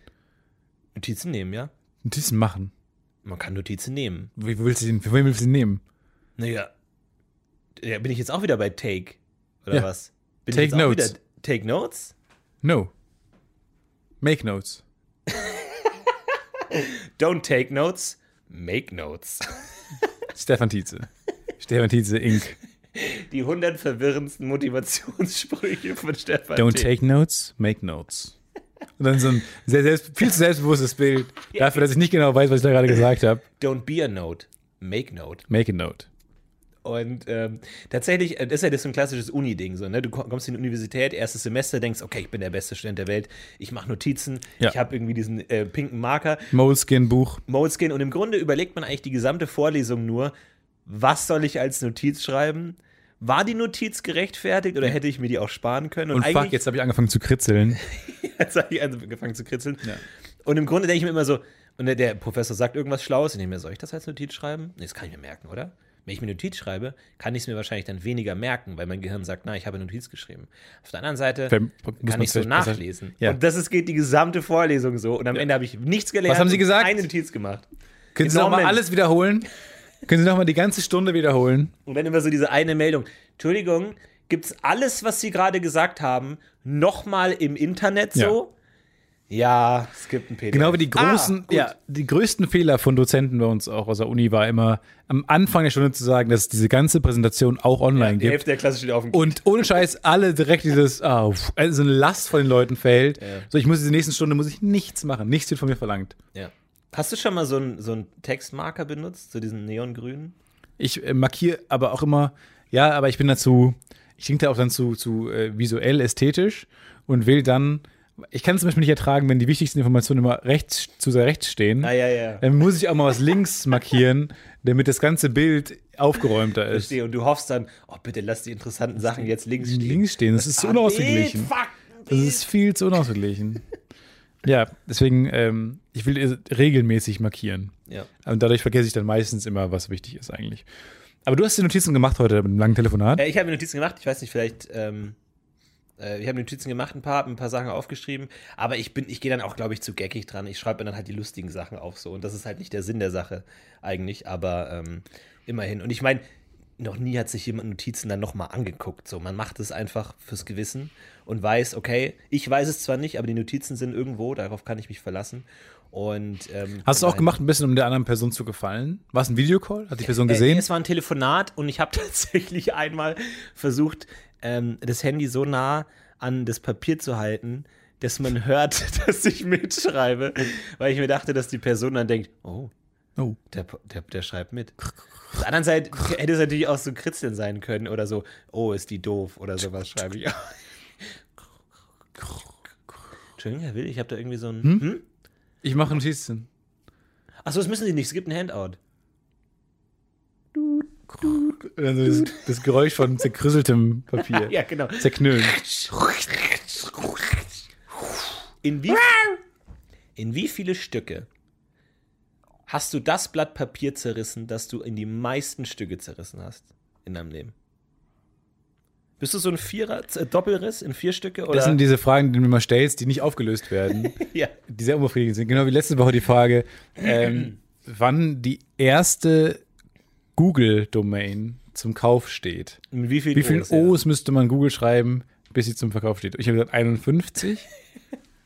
S1: Notizen nehmen, ja?
S2: Notizen machen.
S1: Man kann Notizen nehmen.
S2: Wie wo willst du den, für wen willst du den nehmen?
S1: Naja. Ja, bin ich jetzt auch wieder bei Take? Oder
S2: Ja.
S1: was? Bin
S2: Take
S1: ich jetzt
S2: Notes.
S1: Auch wieder Take Notes?
S2: No. Make Notes.
S1: Don't take notes, make notes.
S2: Stefan Tietze. Stefan Tietze Inc.
S1: Die 100 verwirrendsten Motivationssprüche von Stefan.
S2: Don't
S1: T.
S2: take notes, make notes. Und dann so ein sehr selbst, viel zu selbstbewusstes Bild dafür, dass ich nicht genau weiß, was ich da gerade gesagt habe.
S1: Don't be a note, make note.
S2: Make a note.
S1: Und ähm, tatsächlich, äh, das ist ja das so ein klassisches Uni-Ding. So, ne? Du ko- kommst in die Universität, erstes Semester, denkst, okay, ich bin der beste Student der Welt, ich mache Notizen,
S2: Ja.
S1: ich habe irgendwie diesen äh, pinken Marker,
S2: Moleskin-Buch.
S1: Moleskin. Und im Grunde überlegt man eigentlich die gesamte Vorlesung nur, was soll ich als Notiz schreiben? War die Notiz gerechtfertigt oder hätte ich mir die auch sparen können?
S2: Und fuck,
S1: eigentlich
S2: jetzt habe ich angefangen zu kritzeln.
S1: jetzt habe ich angefangen zu kritzeln. Und im Grunde denke ich mir immer so, und der, der Professor sagt irgendwas Schlaues, und ich denke mir, soll ich das als Notiz schreiben? Nee, das kann ich mir merken, oder? Wenn ich mir Notiz schreibe, kann ich es mir wahrscheinlich dann weniger merken, weil mein Gehirn sagt, na, ich habe Notiz geschrieben. Auf der anderen Seite
S2: Vielleicht muss
S1: kann
S2: man's
S1: ich so
S2: vielleicht besser-
S1: nachlesen.
S2: Ja.
S1: Und das ist, geht die gesamte Vorlesung so. Und am Ende habe ich nichts gelernt.
S2: Was haben Sie
S1: und
S2: gesagt?
S1: Eine Notiz gemacht.
S2: Können Sie nochmal
S1: Norman.
S2: alles wiederholen? Können Sie nochmal die ganze Stunde wiederholen?
S1: Und wenn immer so diese eine Meldung, Entschuldigung, gibt's alles, was Sie gerade gesagt haben, nochmal im Internet so? Ja, es gibt ein PDF.
S2: Genau wie die großen,
S1: Ah, gut.
S2: ja, die größten Fehler von Dozenten bei uns auch aus der Uni war immer, am Anfang der Stunde zu sagen, dass es diese ganze Präsentation auch online
S1: Die
S2: gibt.
S1: Hälfte der Klasse steht auf dem
S2: Und ohne Scheiß alle direkt dieses, ah, pf, also so eine Last von den Leuten fällt. So, ich muss diese nächsten Stunde muss ich nichts machen. Nichts wird von mir verlangt.
S1: ja. Hast du schon mal so einen so einen Textmarker benutzt, so diesen neongrünen?
S2: Ich äh, markiere aber auch immer, ja, aber ich bin dazu, ich denke da auch dann zu, zu äh, visuell, ästhetisch und will dann, ich kann es zum Beispiel nicht ertragen, wenn die wichtigsten Informationen immer rechts zu sehr rechts stehen.
S1: Ah, ja, ja.
S2: Dann muss ich auch mal was links markieren, damit das ganze Bild aufgeräumter ist.
S1: Verstehe. Und du hoffst dann, oh, bitte lass die interessanten Sachen jetzt links stehen.
S2: Links stehen, das ist so unausgeglichen.
S1: Ah, Bild, fuck,
S2: Das ist viel zu unausgeglichen. ja, deswegen, ähm, ich will es regelmäßig markieren.
S1: Bild. ja.
S2: Und dadurch vergesse ich dann meistens immer, was wichtig ist eigentlich. Aber du hast die Notizen gemacht heute mit einem langen Telefonat.
S1: Äh, ich habe mir Notizen gemacht, ich weiß nicht, vielleicht. Ähm, äh, ich habe mir Notizen gemacht, ein paar, hab ein paar Sachen aufgeschrieben, aber ich bin, ich gehe dann auch, glaube ich, zu geckig dran. Ich schreibe mir dann halt die lustigen Sachen auf so. Und das ist halt nicht der Sinn der Sache eigentlich, aber ähm, immerhin. Und ich meine, noch nie hat sich jemand Notizen dann nochmal angeguckt. So, man macht es einfach fürs Gewissen und weiß, okay, ich weiß es zwar nicht, aber die Notizen sind irgendwo, darauf kann ich mich verlassen. Und, ähm,
S2: Hast du es auch
S1: nein.
S2: gemacht, ein bisschen um der anderen Person zu gefallen? War es ein Videocall? Hat die Person
S1: Äh, nee,
S2: gesehen?
S1: es war ein Telefonat und ich habe tatsächlich einmal versucht, ähm, das Handy so nah an das Papier zu halten, dass man hört, dass ich mitschreibe, weil ich mir dachte, dass die Person dann denkt, oh,
S2: oh.
S1: der, der, der schreibt mit. Auf der anderen Seite hätte es natürlich auch so Kritzeln sein können oder so, oh, ist die doof oder sowas schreibe ich auch. Entschuldigung, Herr Will, ich habe da irgendwie so ein. Hm? Hm?
S2: Ich mache Notizen.
S1: Achso, das müssen Sie nicht, es gibt ein Handout.
S2: Also das, das Geräusch von zerkrüsseltem Papier.
S1: Ja, genau.
S2: Zerknüllen.
S1: In wie, in wie viele Stücke hast du das Blatt Papier zerrissen, das du in die meisten Stücke zerrissen hast in deinem Leben? Bist du so ein Vierer, äh, Doppelriss in vier Stücke? Oder?
S2: Das sind diese Fragen, die du mir mal stellst, die nicht aufgelöst werden.
S1: ja.
S2: die sehr unbefriedigend sind. Genau wie letzte Woche die Frage, ähm, wann die erste Google-Domain zum Kauf steht.
S1: In wie vielen,
S2: Wie viele
S1: O's, ja.
S2: O's müsste man Google schreiben, bis sie zum Verkauf steht? Ich habe gesagt 51.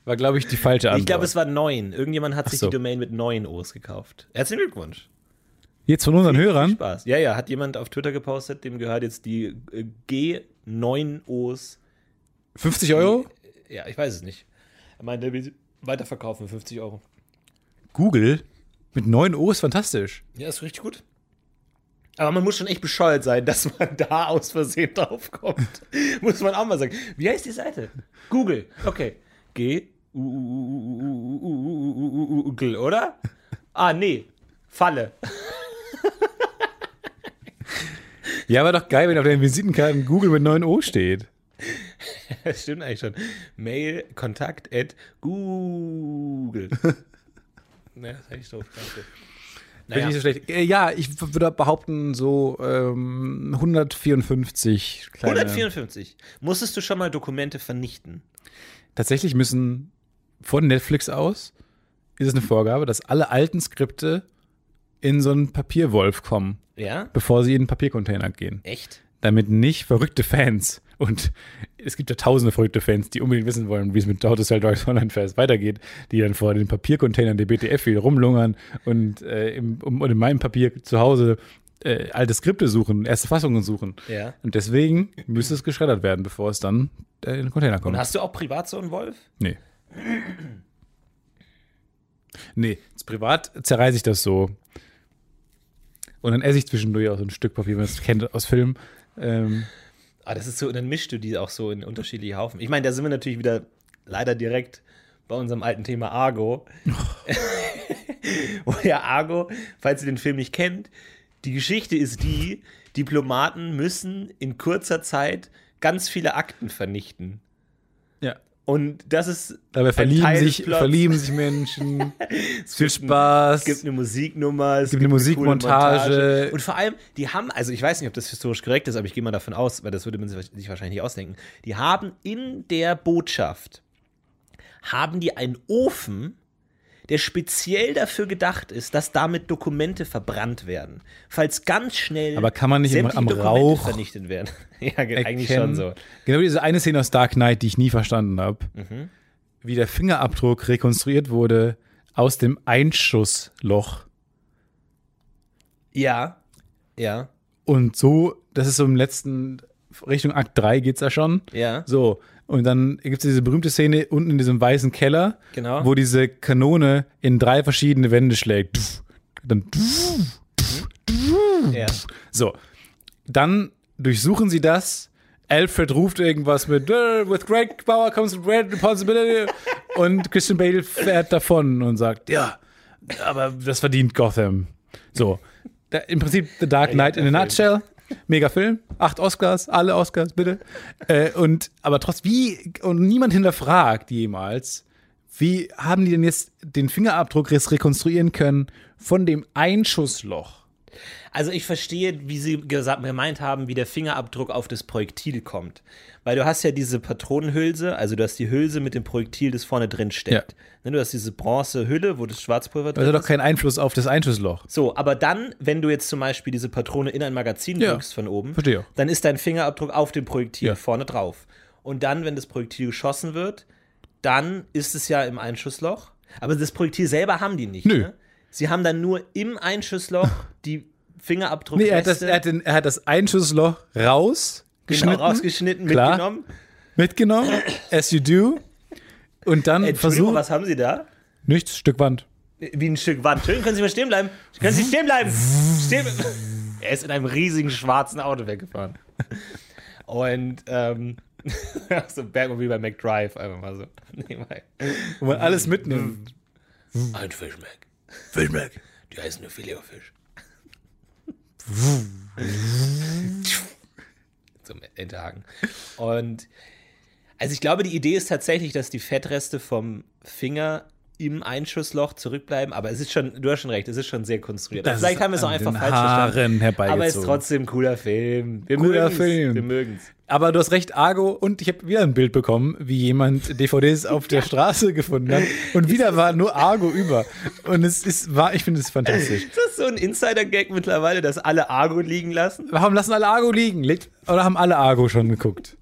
S2: War, glaube ich, die falsche Antwort.
S1: Ich glaube, es war neun. Irgendjemand hat sich
S2: so.
S1: die Domain mit neun O's gekauft. Herzlichen Glückwunsch.
S2: Jetzt von unseren Hörern.
S1: Spaß. Ja, ja, hat jemand auf Twitter gepostet, dem gehört jetzt die äh, G9Os
S2: 50 Euro?
S1: Ja, ich weiß es nicht. Er meinte, er will sie weiterverkaufen für 50 Euro.
S2: Google mit 9 O's, fantastisch.
S1: Ja, ist richtig gut. Aber man muss schon echt bescheuert sein, dass man da aus Versehen draufkommt. muss man auch mal sagen. Wie heißt die Seite? Google. Okay. G. U- U- U- U- U- U- U- U- U- Google, oder? Ah, nee. Falle.
S2: Ja, war doch geil, wenn auf den Visitenkarten Google mit 9 O steht.
S1: Das stimmt eigentlich schon. Mail, Kontakt at Google. Ne, das ist eigentlich doof. Danke.
S2: Bin ich
S1: Naja,
S2: nicht so schlecht. Äh, Ja, ich w- würde behaupten, so ähm, 154 kleine.
S1: 154. Musstest du schon mal Dokumente vernichten?
S2: Tatsächlich müssen von Netflix aus ist es eine Vorgabe, dass alle alten Skripte in so einen Papierwolf kommen,
S1: Ja?
S2: bevor sie in einen Papiercontainer gehen.
S1: Echt?
S2: Damit nicht verrückte Fans und es gibt ja tausende verrückte Fans, die unbedingt wissen wollen, wie es mit Autos Cell Dogs Online Fest weitergeht, die dann vor den Papiercontainern der BTF wieder rumlungern und, äh, im, um, und in meinem Papier zu Hause äh, alte Skripte suchen, erste Fassungen suchen.
S1: Ja.
S2: Und deswegen müsste es geschreddert werden, bevor es dann äh, in den Container kommt.
S1: Und hast du auch privat so einen Wolf?
S2: Nee. Nee, jetzt privat zerreiße ich das so. Und dann esse ich zwischendurch auch so ein Stück Papier, wie man das kennt aus Filmen. Ähm,
S1: Ah, das ist so, dann mischst du die auch so in unterschiedliche Haufen. Ich meine, da sind wir natürlich wieder leider direkt bei unserem alten Thema Argo. Wo ja Argo, falls ihr den Film nicht kennt, die Geschichte ist die, Diplomaten müssen in kurzer Zeit ganz viele Akten vernichten.
S2: ja.
S1: Und das ist
S2: Dabei verlieben
S1: Teil des
S2: sich,
S1: Plots.
S2: verlieben sich Menschen.
S1: es
S2: viel
S1: gibt ein-
S2: Spaß.
S1: Es gibt eine Musiknummer, es
S2: gibt eine
S1: coole
S2: Musikmontage.
S1: Und vor allem, die haben, also ich weiß nicht, ob das historisch korrekt ist, aber ich gehe mal davon aus, weil das würde man sich sich wahrscheinlich nicht ausdenken. Die haben in der Botschaft, haben die einen Ofen, der speziell dafür gedacht ist, dass damit Dokumente verbrannt werden. Falls ganz schnell
S2: Aber kann man nicht im-
S1: sämtliche
S2: am
S1: Dokumente
S2: Rauch
S1: vernichtet werden. ja, ge-
S2: erkennen.
S1: eigentlich schon so.
S2: Genau wie diese eine Szene aus Dark Knight, die ich nie verstanden habe.
S1: Mhm.
S2: Wie der Fingerabdruck rekonstruiert wurde aus dem Einschussloch.
S1: Ja. Ja.
S2: Und so, das ist so im letzten, Richtung Akt 3 geht's ja schon.
S1: Ja.
S2: So, und dann gibt's diese berühmte Szene unten in diesem weißen Keller,
S1: Genau.
S2: wo diese Kanone in drei verschiedene Wände schlägt. Tuff, Dann tuff.
S1: ja.
S2: So, dann durchsuchen sie das. Alfred ruft irgendwas mit "Äh, With great power comes great responsibility und Christian Bale fährt davon und sagt, ja, aber das verdient Gotham. So, da, im Prinzip The Dark Knight in a nutshell. Mega Film, acht Oscars, alle Oscars, bitte. Äh, und aber trotz wie und niemand hinterfragt jemals, wie haben die denn jetzt den Fingerabdruck rekonstruieren können von dem Einschussloch?
S1: Also ich verstehe, wie Sie gesagt, gemeint haben, wie der Fingerabdruck auf das Projektil kommt. Weil du hast ja diese Patronenhülse, also du hast die Hülse mit dem Projektil, das vorne drin steckt. Ne, Du hast diese Bronzehülle, wo das Schwarzpulver drin
S2: Das
S1: ist.
S2: hat doch keinen Einfluss auf das Einschussloch.
S1: So, aber dann, wenn du jetzt zum Beispiel diese Patrone in ein Magazin
S2: Ja,
S1: drückst von oben,
S2: verstehe.
S1: dann ist dein Fingerabdruck auf dem Projektil
S2: Ja.
S1: vorne drauf. Und dann, wenn das Projektil geschossen wird, dann ist es ja im Einschussloch. Aber das Projektil selber haben die nicht.
S2: Nö.
S1: Ne? Sie haben dann nur im Einschussloch die Fingerabdruckreste
S2: Nee, er hat, das, er, hat den, er hat das Einschussloch
S1: genau,
S2: rausgeschnitten,
S1: rausgeschnitten,
S2: Klar.
S1: mitgenommen.
S2: mitgenommen, as you do. Und dann
S1: Entschuldigung,
S2: versucht.
S1: was haben Sie da?
S2: Nichts, Stück Wand.
S1: Wie ein Stück Wand. Schön, können Sie mal stehen bleiben. Können Sie stehen bleiben? Stehen. Er ist in einem riesigen schwarzen Auto weggefahren. Und ähm, so Bergmobil bei McDrive einfach mal so. Nee, mal.
S2: Wo man alles mitnimmt.
S1: Ein Fisch, Mac.
S2: Fischmeck.
S1: Die heißen nur Filetfisch. Zum Enterhaken. Und also ich glaube, die Idee ist tatsächlich, dass die Fettreste vom Finger im Einschussloch zurückbleiben, aber es ist schon, du hast schon recht, es ist schon sehr konstruiert.
S2: Das
S1: Vielleicht
S2: ist
S1: haben wir es auch
S2: an
S1: einfach
S2: den
S1: falsch
S2: Haaren
S1: verstanden.
S2: herbeigezogen.
S1: Aber es ist trotzdem ein cooler Film. Wir
S2: Cooler
S1: mögen's,
S2: Film.
S1: Wir mögen's.
S2: Aber du hast recht, Argo. Und ich habe wieder ein Bild bekommen, wie jemand DVDs auf der Straße gefunden hat. Und wieder war nur Argo über. Und es ist, war, ich finde es fantastisch.
S1: Ist das so ein Insider-Gag mittlerweile, dass alle Argo liegen lassen?
S2: Warum lassen alle Argo liegen? Legt, oder haben alle Argo schon geguckt?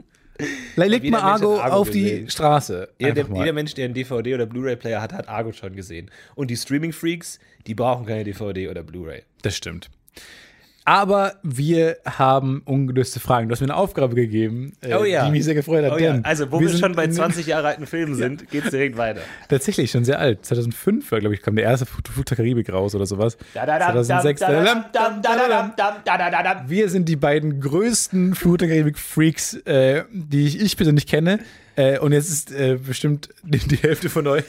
S2: Le- Legt
S1: Jeder
S2: mal
S1: Mensch hat
S2: Argo,
S1: Argo
S2: auf die
S1: gesehen.
S2: Straße.
S1: Jeder,
S2: Einfach mal.
S1: jeder Mensch, der einen DVD- oder Blu-ray-Player hat, hat Argo schon gesehen. Und die Streaming-Freaks, die brauchen keine DVD oder Blu-ray.
S2: Das stimmt. Aber wir haben ungelöste Fragen. Du hast mir eine Aufgabe gegeben, äh,
S1: Oh ja.
S2: die mich sehr gefreut hat.
S1: Oh ja,
S2: denn
S1: also wo wir,
S2: sind
S1: schon bei
S2: in-
S1: 20 Jahre alten Filmen sind, geht's direkt weiter.
S2: Tatsächlich, schon sehr alt. 2005 war, glaube ich, kam der erste Flug Flug der Karibik raus oder sowas. 2006. Wir sind die beiden größten Flug der Karibik-Freaks, äh, die ich, ich persönlich kenne. Äh, und jetzt ist äh, bestimmt die, die Hälfte von euch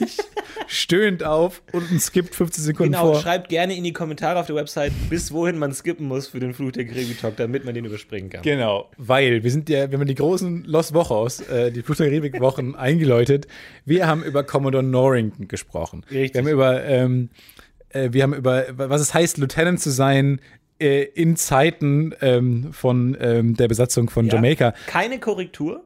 S2: stöhnt auf und ein skippt 15 Sekunden
S1: Genau,
S2: vor.
S1: schreibt gerne in die Kommentare auf der Website, bis wohin man skippen muss für den Fluch der Gregory Talk, damit man den überspringen kann.
S2: Genau, weil wir sind ja, wenn man die großen Los Wochos, äh, die Plutarchivik-Wochen eingeläutet, wir haben über Commodore Norrington gesprochen.
S1: Richtig.
S2: Wir haben über, ähm, äh, wir haben über, was es heißt, Lieutenant zu sein äh, in Zeiten ähm, von ähm, der Besatzung von Jamaika.
S1: Keine Korrektur.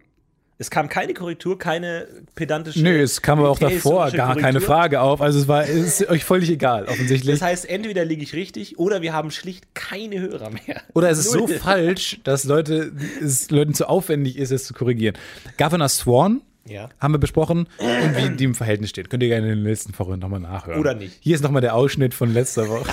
S1: Es kam keine Korrektur, keine pedantische.
S2: Nö, es kam aber auch davor
S1: militärische
S2: gar keine
S1: Korrektur.
S2: Frage auf. Also es war, es ist euch völlig egal, offensichtlich.
S1: Das heißt, entweder liege ich richtig oder wir haben schlicht keine Hörer mehr.
S2: Oder es ist so
S1: Null.
S2: falsch, dass Leute, es Leuten zu aufwendig ist, es zu korrigieren. Governor Swan
S1: Ja.
S2: haben wir besprochen und wie die im Verhältnis steht. Könnt ihr gerne in den letzten Wochen nochmal nachhören.
S1: Oder nicht.
S2: Hier ist nochmal der Ausschnitt von letzter Woche.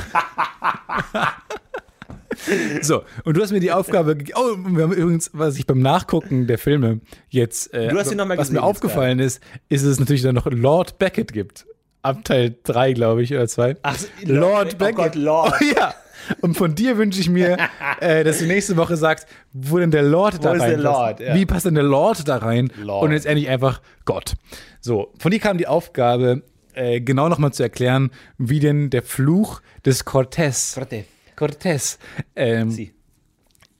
S2: so, und du hast mir die Aufgabe gegeben. Oh, und wir haben übrigens, was ich beim Nachgucken der Filme jetzt, äh,
S1: Du hast ihn noch mal
S2: was
S1: gesehen
S2: mir
S1: jetzt
S2: aufgefallen ist, ist, dass es natürlich dann noch Lord Beckett gibt. Ab Teil 3, glaube ich, oder 2.
S1: Ach so,
S2: Lord
S1: oh
S2: Beckett.
S1: Gott, Lord.
S2: Oh, ja. Und von dir wünsche ich mir, äh, dass du nächste Woche sagst, wo denn der Lord da
S1: ist der
S2: rein passt.
S1: Lord? Ja.
S2: Wie passt denn der Lord da rein?
S1: Lord.
S2: Und letztendlich einfach Gott. So, von dir kam die Aufgabe, äh, genau nochmal zu erklären, wie denn der Fluch des Cortés,
S1: Cortés.
S2: Cortés ähm,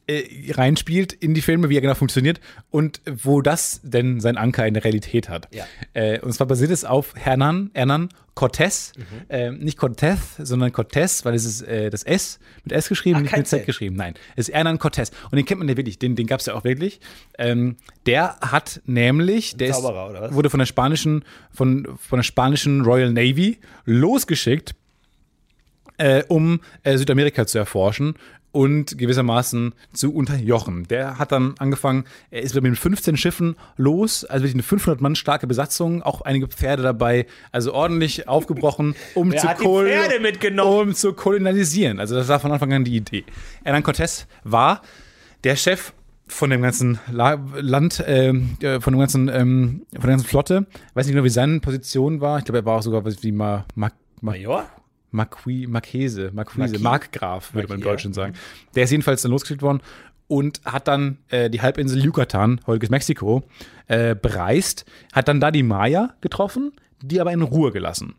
S2: äh, reinspielt in die Filme, wie er genau funktioniert und wo das denn seinen Anker in der Realität hat.
S1: Ja.
S2: Äh, und zwar basiert es auf Hernan, Hernan Cortés,
S1: Mhm.
S2: ähm, nicht Cortez, sondern Cortés, weil es ist äh, das S mit S geschrieben,
S1: Ach,
S2: nicht
S1: kein
S2: mit Z,
S1: Z.
S2: geschrieben. Nein, es ist Hernan Cortés. Und den kennt man ja wirklich, den, den gab es ja auch wirklich. Ähm, der hat nämlich, der
S1: Zauberer,
S2: ist,
S1: oder was?
S2: wurde von der spanischen, von, von der spanischen Royal Navy losgeschickt, äh, um äh, Südamerika zu erforschen und gewissermaßen zu unterjochen. Der hat dann angefangen, er ist glaub ich, mit 15 Schiffen los, also wirklich eine 500 Mann starke Besatzung, auch einige Pferde dabei, also ordentlich aufgebrochen, um
S1: Wer
S2: zu
S1: hat die
S2: kol-
S1: Pferde mitgenommen?
S2: um zu kolonialisieren. Also das war von Anfang an die Idee. Hernan Cortés war der Chef von dem ganzen La Land, ähm, äh, von dem ganzen, ähm, von der ganzen Flotte. Ich weiß nicht genau, wie seine Position war. Ich glaube, er war auch sogar was wie Ma Ma Ma
S1: Major?
S2: Marquis, Marquese, Marquise,
S1: Marquis?
S2: Markgraf, würde man im
S1: Marquis, ja.
S2: Deutschen sagen. Der ist jedenfalls dann losgeschickt worden und hat dann äh, die Halbinsel Yucatan, heutiges Mexiko, äh, bereist, hat dann da die Maya getroffen, die aber in Ruhe gelassen.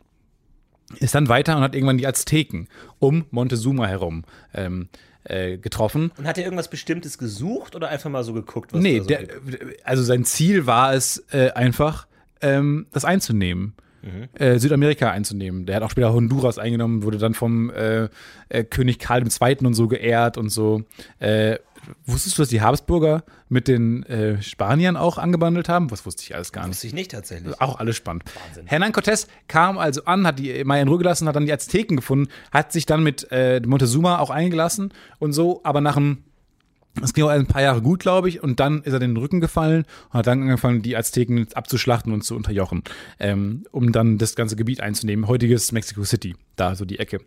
S2: Ist dann weiter und hat irgendwann die Azteken um Montezuma herum ähm, äh, getroffen.
S1: Und hat er irgendwas Bestimmtes gesucht oder einfach mal so geguckt, was
S2: Nee,
S1: da so
S2: der,
S1: gibt?
S2: also sein Ziel war es äh, einfach, ähm, das einzunehmen.
S1: Mhm.
S2: Äh, Südamerika einzunehmen. Der hat auch später Honduras eingenommen, wurde dann vom äh, äh, König Karl II. und so geehrt und so. Äh, wusstest du, dass die Habsburger mit den äh, Spaniern auch angebandelt haben? Was wusste ich alles gar nicht.
S1: Wusste ich nicht tatsächlich.
S2: Auch alles spannend. Hernan Cortés kam also an, hat die Maya in Ruhe gelassen, hat dann die Azteken gefunden, hat sich dann mit äh, Montezuma auch eingelassen und so, aber nach einem es ging auch ein paar Jahre gut, glaube ich, und dann ist er den Rücken gefallen und hat dann angefangen, die Azteken abzuschlachten und zu unterjochen, ähm, um dann das ganze Gebiet einzunehmen. Heutiges Mexico City, da so die Ecke.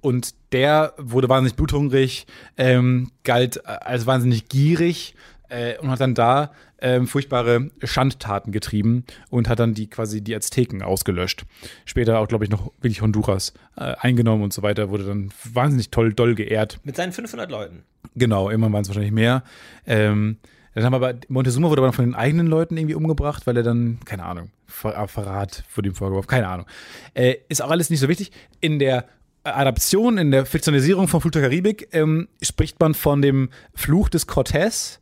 S2: Und der wurde wahnsinnig bluthungrig, ähm, galt äh, als wahnsinnig gierig äh, und hat dann da ähm, furchtbare Schandtaten getrieben und hat dann die quasi die Azteken ausgelöscht. Später auch, glaube ich, noch wirklich Honduras äh, eingenommen und so weiter, wurde dann wahnsinnig toll, doll geehrt.
S1: Mit seinen 500 Leuten.
S2: Genau, irgendwann waren es wahrscheinlich mehr. Ähm, dann haben aber Montezuma wurde aber noch von den eigenen Leuten irgendwie umgebracht, weil er dann, keine Ahnung, Ver äh, Verrat wurde ihm vorgeworfen, keine Ahnung. Äh, ist auch alles nicht so wichtig. In der Adaption, in der Fiktionalisierung von Fluch der Karibik ähm, spricht man von dem Fluch des Cortés.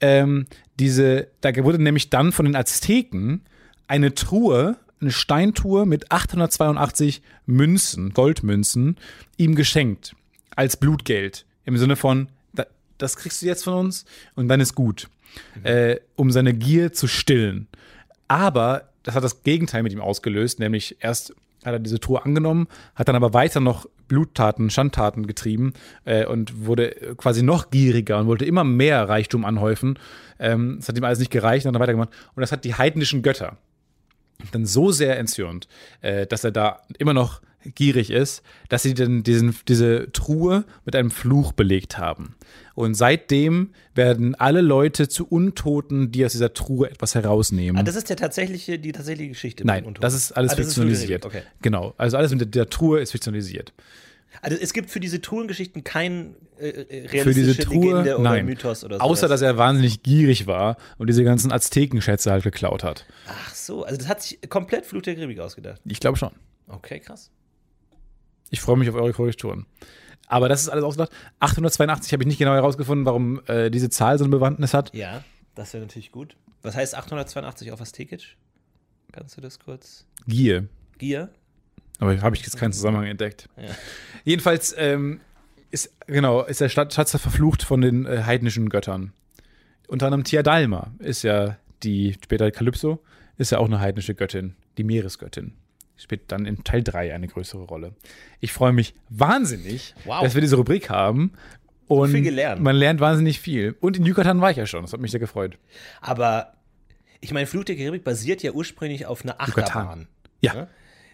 S2: Ähm, diese, da wurde nämlich dann von den Azteken eine Truhe, eine Steintruhe mit 882 Münzen, Goldmünzen, ihm geschenkt. Als Blutgeld. Im Sinne von, da, das kriegst du jetzt von uns und dann ist gut. Äh, um seine Gier zu stillen. Aber das hat das Gegenteil mit ihm ausgelöst, nämlich erst hat er diese Truhe angenommen, hat dann aber weiter noch Bluttaten, Schandtaten getrieben äh, und wurde äh, quasi noch gieriger und wollte immer mehr Reichtum anhäufen. Ähm, das hat ihm alles nicht gereicht, dann hat er weitergemacht. Und das hat die heidnischen Götter dann so sehr entzürnt, äh, dass er da immer noch gierig ist, dass sie dann diesen, diese Truhe mit einem Fluch belegt haben. Und seitdem werden alle Leute zu Untoten, die aus dieser Truhe etwas herausnehmen.
S1: Ah, das ist der tatsächliche, die tatsächliche Geschichte. mit
S2: Nein,
S1: dem Untoten.
S2: das ist alles
S1: Ah, das ist
S2: fiktionalisiert.
S1: Lügenrede,
S2: Genau, also alles mit der Truhe ist fiktionalisiert.
S1: Also es gibt für diese Truhengeschichten kein äh, äh,
S2: Für diese
S1: realistische
S2: Truhe,
S1: Legende oder
S2: nein.
S1: Mythos oder so.
S2: Außer, dass er wahnsinnig gierig war und diese ganzen Aztekenschätze halt geklaut hat.
S1: Ach so, also das hat sich komplett Flut der Karibik ausgedacht.
S2: Ich glaube schon.
S1: Okay, krass.
S2: Ich freue mich auf eure Korrekturen. Aber das ist alles ausgedacht. 882 habe ich nicht genau herausgefunden, warum äh, diese Zahl so eine Bewandtnis hat.
S1: Ja, das wäre natürlich gut. Was heißt 882 auf Aztekisch? Kannst du das kurz?
S2: Gier.
S1: Gier?
S2: Aber habe ich jetzt keinen Zusammenhang entdeckt.
S1: Ja.
S2: Jedenfalls ähm, ist, genau, ist der Stadt- Schatz verflucht von den äh, heidnischen Göttern. Unter anderem Tia Dalma ist ja die, später Kalypso, ist ja auch eine heidnische Göttin, die Meeresgöttin. Spielt dann in Teil 3 eine größere Rolle. Ich freue mich wahnsinnig,
S1: Wow.
S2: dass wir diese Rubrik haben. Und
S1: viel gelernt.
S2: man lernt wahnsinnig viel. Und in Yucatan war ich ja schon, das hat mich sehr gefreut.
S1: Aber ich meine, Flut der Karibik basiert ja ursprünglich auf einer Achterbahn.
S2: Ja.
S1: ne?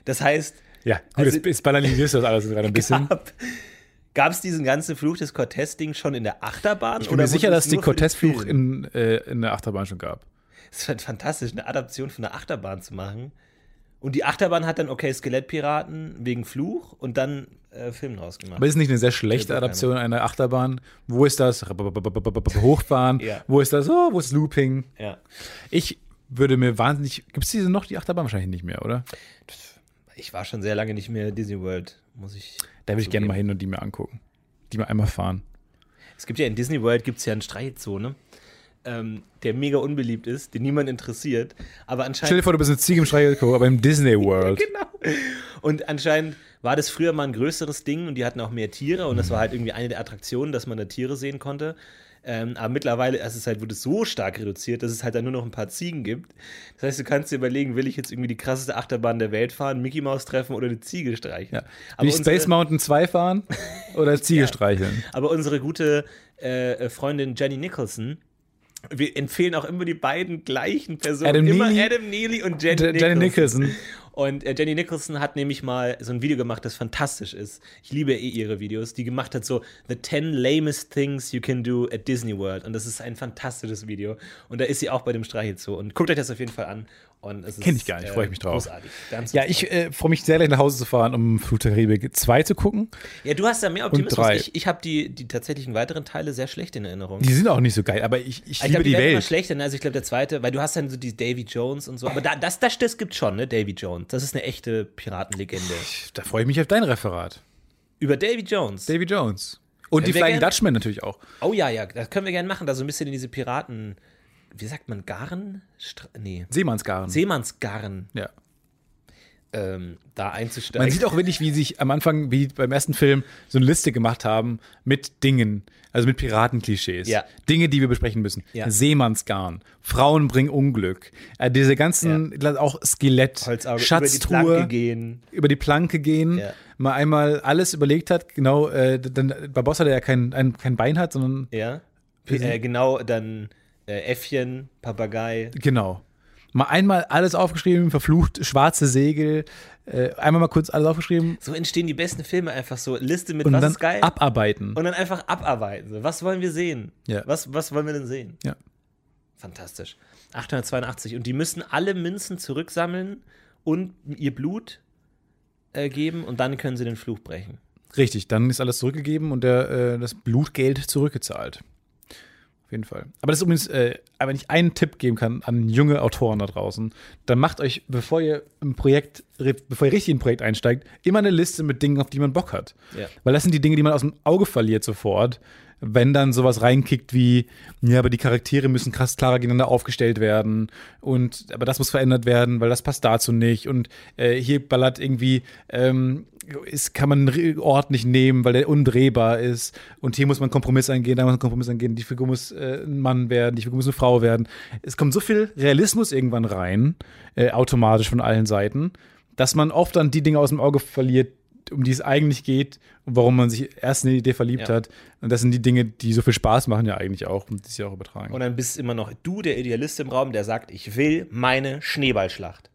S1: Das heißt,
S2: Ja, gut,
S1: Also- Genau.
S2: jetzt, jetzt banalisierst du das alles gerade ein bisschen.
S1: gab es diesen ganzen Fluch des Cortez-Ding schon in der Achterbahn?
S2: Ich bin mir sicher, dass die Cortez-Fluch
S1: in.
S2: in, äh, in der Achterbahn schon gab.
S1: Es ist halt fantastisch, eine Adaption von einer Achterbahn zu machen. Und die Achterbahn hat dann, okay, Skelettpiraten wegen Fluch und dann äh, Film draus gemacht.
S2: Aber ist nicht eine sehr schlechte
S1: Ja, gut,
S2: Adaption einer Achterbahn? Wo ist das? Hochfahren?
S1: Ja.
S2: Wo ist das? Oh, wo ist Looping?
S1: ja.
S2: Ich würde mir wahnsinnig. Gibt es diese noch, die Achterbahn? Wahrscheinlich nicht mehr, oder?
S1: Ich war schon sehr lange nicht mehr Disney World, muss ich.
S2: Da würde ich gerne
S1: zugeben.
S2: mal hin und die mir angucken. Die mir einmal fahren.
S1: Es gibt ja in Disney World gibt's ja eine Streitzone, ähm, der mega unbeliebt ist, den niemand interessiert. Aber
S2: Stell dir
S1: anscheinend.
S2: vor, du bist eine Ziege im Streichelklo, aber im Disney World.
S1: Genau. Und anscheinend war das früher mal ein größeres Ding und die hatten auch mehr Tiere und das war halt irgendwie eine der Attraktionen, dass man da Tiere sehen konnte. Ähm, aber mittlerweile ist es halt, wurde es so stark reduziert, dass es halt dann nur noch ein paar Ziegen gibt. Das heißt, du kannst dir überlegen, will ich jetzt irgendwie die krasseste Achterbahn der Welt fahren, Mickey Mouse treffen oder eine Ziege streicheln?
S2: Ja. Will ich
S1: unsere-
S2: Space Mountain 2 fahren oder Ziege streicheln?
S1: Aber unsere gute äh, Freundin Jenny Nicholson, wir empfehlen auch immer die beiden gleichen Personen.
S2: Adam
S1: immer
S2: Neely-
S1: Adam Neely und Jenny
S2: J-
S1: Nicholson.
S2: Jenny Nicholson.
S1: Und äh, Jenny Nicholson hat nämlich mal so ein Video gemacht, das fantastisch ist. Ich liebe eh ihre Videos, die gemacht hat so The 10 Lamest Things You Can Do at Disney World. Und das ist ein fantastisches Video. Und da ist sie auch bei dem Streichelzoo. Und guckt euch das auf jeden Fall an. Und es ist, äh,
S2: Kenn ich gar nicht, freu ich mich drauf.
S1: Großartig. Ganz
S2: Ja, ich äh, freue mich sehr gleich nach Hause zu fahren, um Flugtaribik 2 zu gucken.
S1: ja, du hast da mehr Optimismus.
S2: drei.
S1: Ich, ich habe die, die tatsächlichen weiteren Teile sehr schlecht in Erinnerung.
S2: Die sind auch nicht so geil, aber ich, ich
S1: Ich
S2: liebe
S1: glaube, die,
S2: die
S1: werden immer
S2: Welt.
S1: schlechter, ne? also ich glaube, der zweite, weil du hast dann so die Davy Jones und so, aber da, das, das, das gibt schon, ne, Davy Jones. Das ist eine echte Piratenlegende.
S2: Da freue ich mich auf dein Referat.
S1: Über Davy Jones.
S2: Davy Jones. Und die
S1: wir
S2: Flying
S1: gern-
S2: Dutchman natürlich auch.
S1: oh ja, ja, das können wir gerne machen, da so ein bisschen in diese Piraten, wie sagt man, Garn? Stra nee,
S2: Seemannsgarn.
S1: Seemannsgarn
S2: ja.
S1: ähm, da einzusteigen.
S2: Man sieht auch wirklich, wie sich am Anfang, wie beim ersten Film, so eine Liste gemacht haben mit Dingen, also mit Piratenklischees.
S1: Ja.
S2: Dinge, die wir besprechen müssen.
S1: Ja.
S2: Seemannsgarn, Frauen bringen Unglück, äh, diese ganzen, auch Skelett,
S1: Holzauge
S2: Schatztruhe,
S1: über die Planke gehen.
S2: über die Planke gehen,
S1: Ja.
S2: mal einmal alles überlegt hat, genau, äh, dann Barbossa, der ja kein, ein, kein Bein hat, sondern
S1: Ja. Äh, genau, dann äh, Äffchen, Papagei.
S2: genau. Mal einmal alles aufgeschrieben, verflucht, schwarze Segel, äh, einmal mal kurz alles aufgeschrieben
S1: So entstehen die besten Filme einfach so. Liste mit
S2: und
S1: was
S2: dann
S1: ist geil.
S2: abarbeiten.
S1: Und dann einfach abarbeiten. So, was wollen wir sehen?
S2: Ja.
S1: Was, was wollen wir denn sehen?
S2: Ja.
S1: Fantastisch. 882. Und die müssen alle Münzen zurücksammeln und ihr Blut äh, geben und dann können sie den Fluch brechen.
S2: Richtig, dann ist alles zurückgegeben und der, äh, das Blutgeld zurückgezahlt. Auf jeden Fall. Aber das ist übrigens, äh, wenn ich einen Tipp geben kann an junge Autoren da draußen, dann macht euch, bevor ihr im Projekt, bevor ihr richtig in ein Projekt einsteigt, immer eine Liste mit Dingen, auf die man Bock hat.
S1: Ja.
S2: Weil das sind die Dinge, die man aus dem Auge verliert sofort, wenn dann sowas reinkickt wie, ja, aber die Charaktere müssen krass klarer gegeneinander aufgestellt werden und aber das muss verändert werden, weil das passt dazu nicht und äh, hier ballert irgendwie, ähm, ist, kann man einen Re- Ort nicht nehmen, weil der undrehbar ist und hier muss man einen Kompromiss eingehen, da muss man einen Kompromiss eingehen, die Figur muss äh, ein Mann werden, die Figur muss eine Frau werden. Es kommt so viel Realismus irgendwann rein, äh, automatisch von allen Seiten, dass man oft dann die Dinge aus dem Auge verliert, um die es eigentlich geht und warum man sich erst in die Idee verliebt
S1: Ja.
S2: hat. Und das sind die Dinge, die so viel Spaß machen ja eigentlich auch und die sich auch übertragen.
S1: Und dann bist immer noch du der Idealist im Raum, der sagt, ich will meine Schneeballschlacht.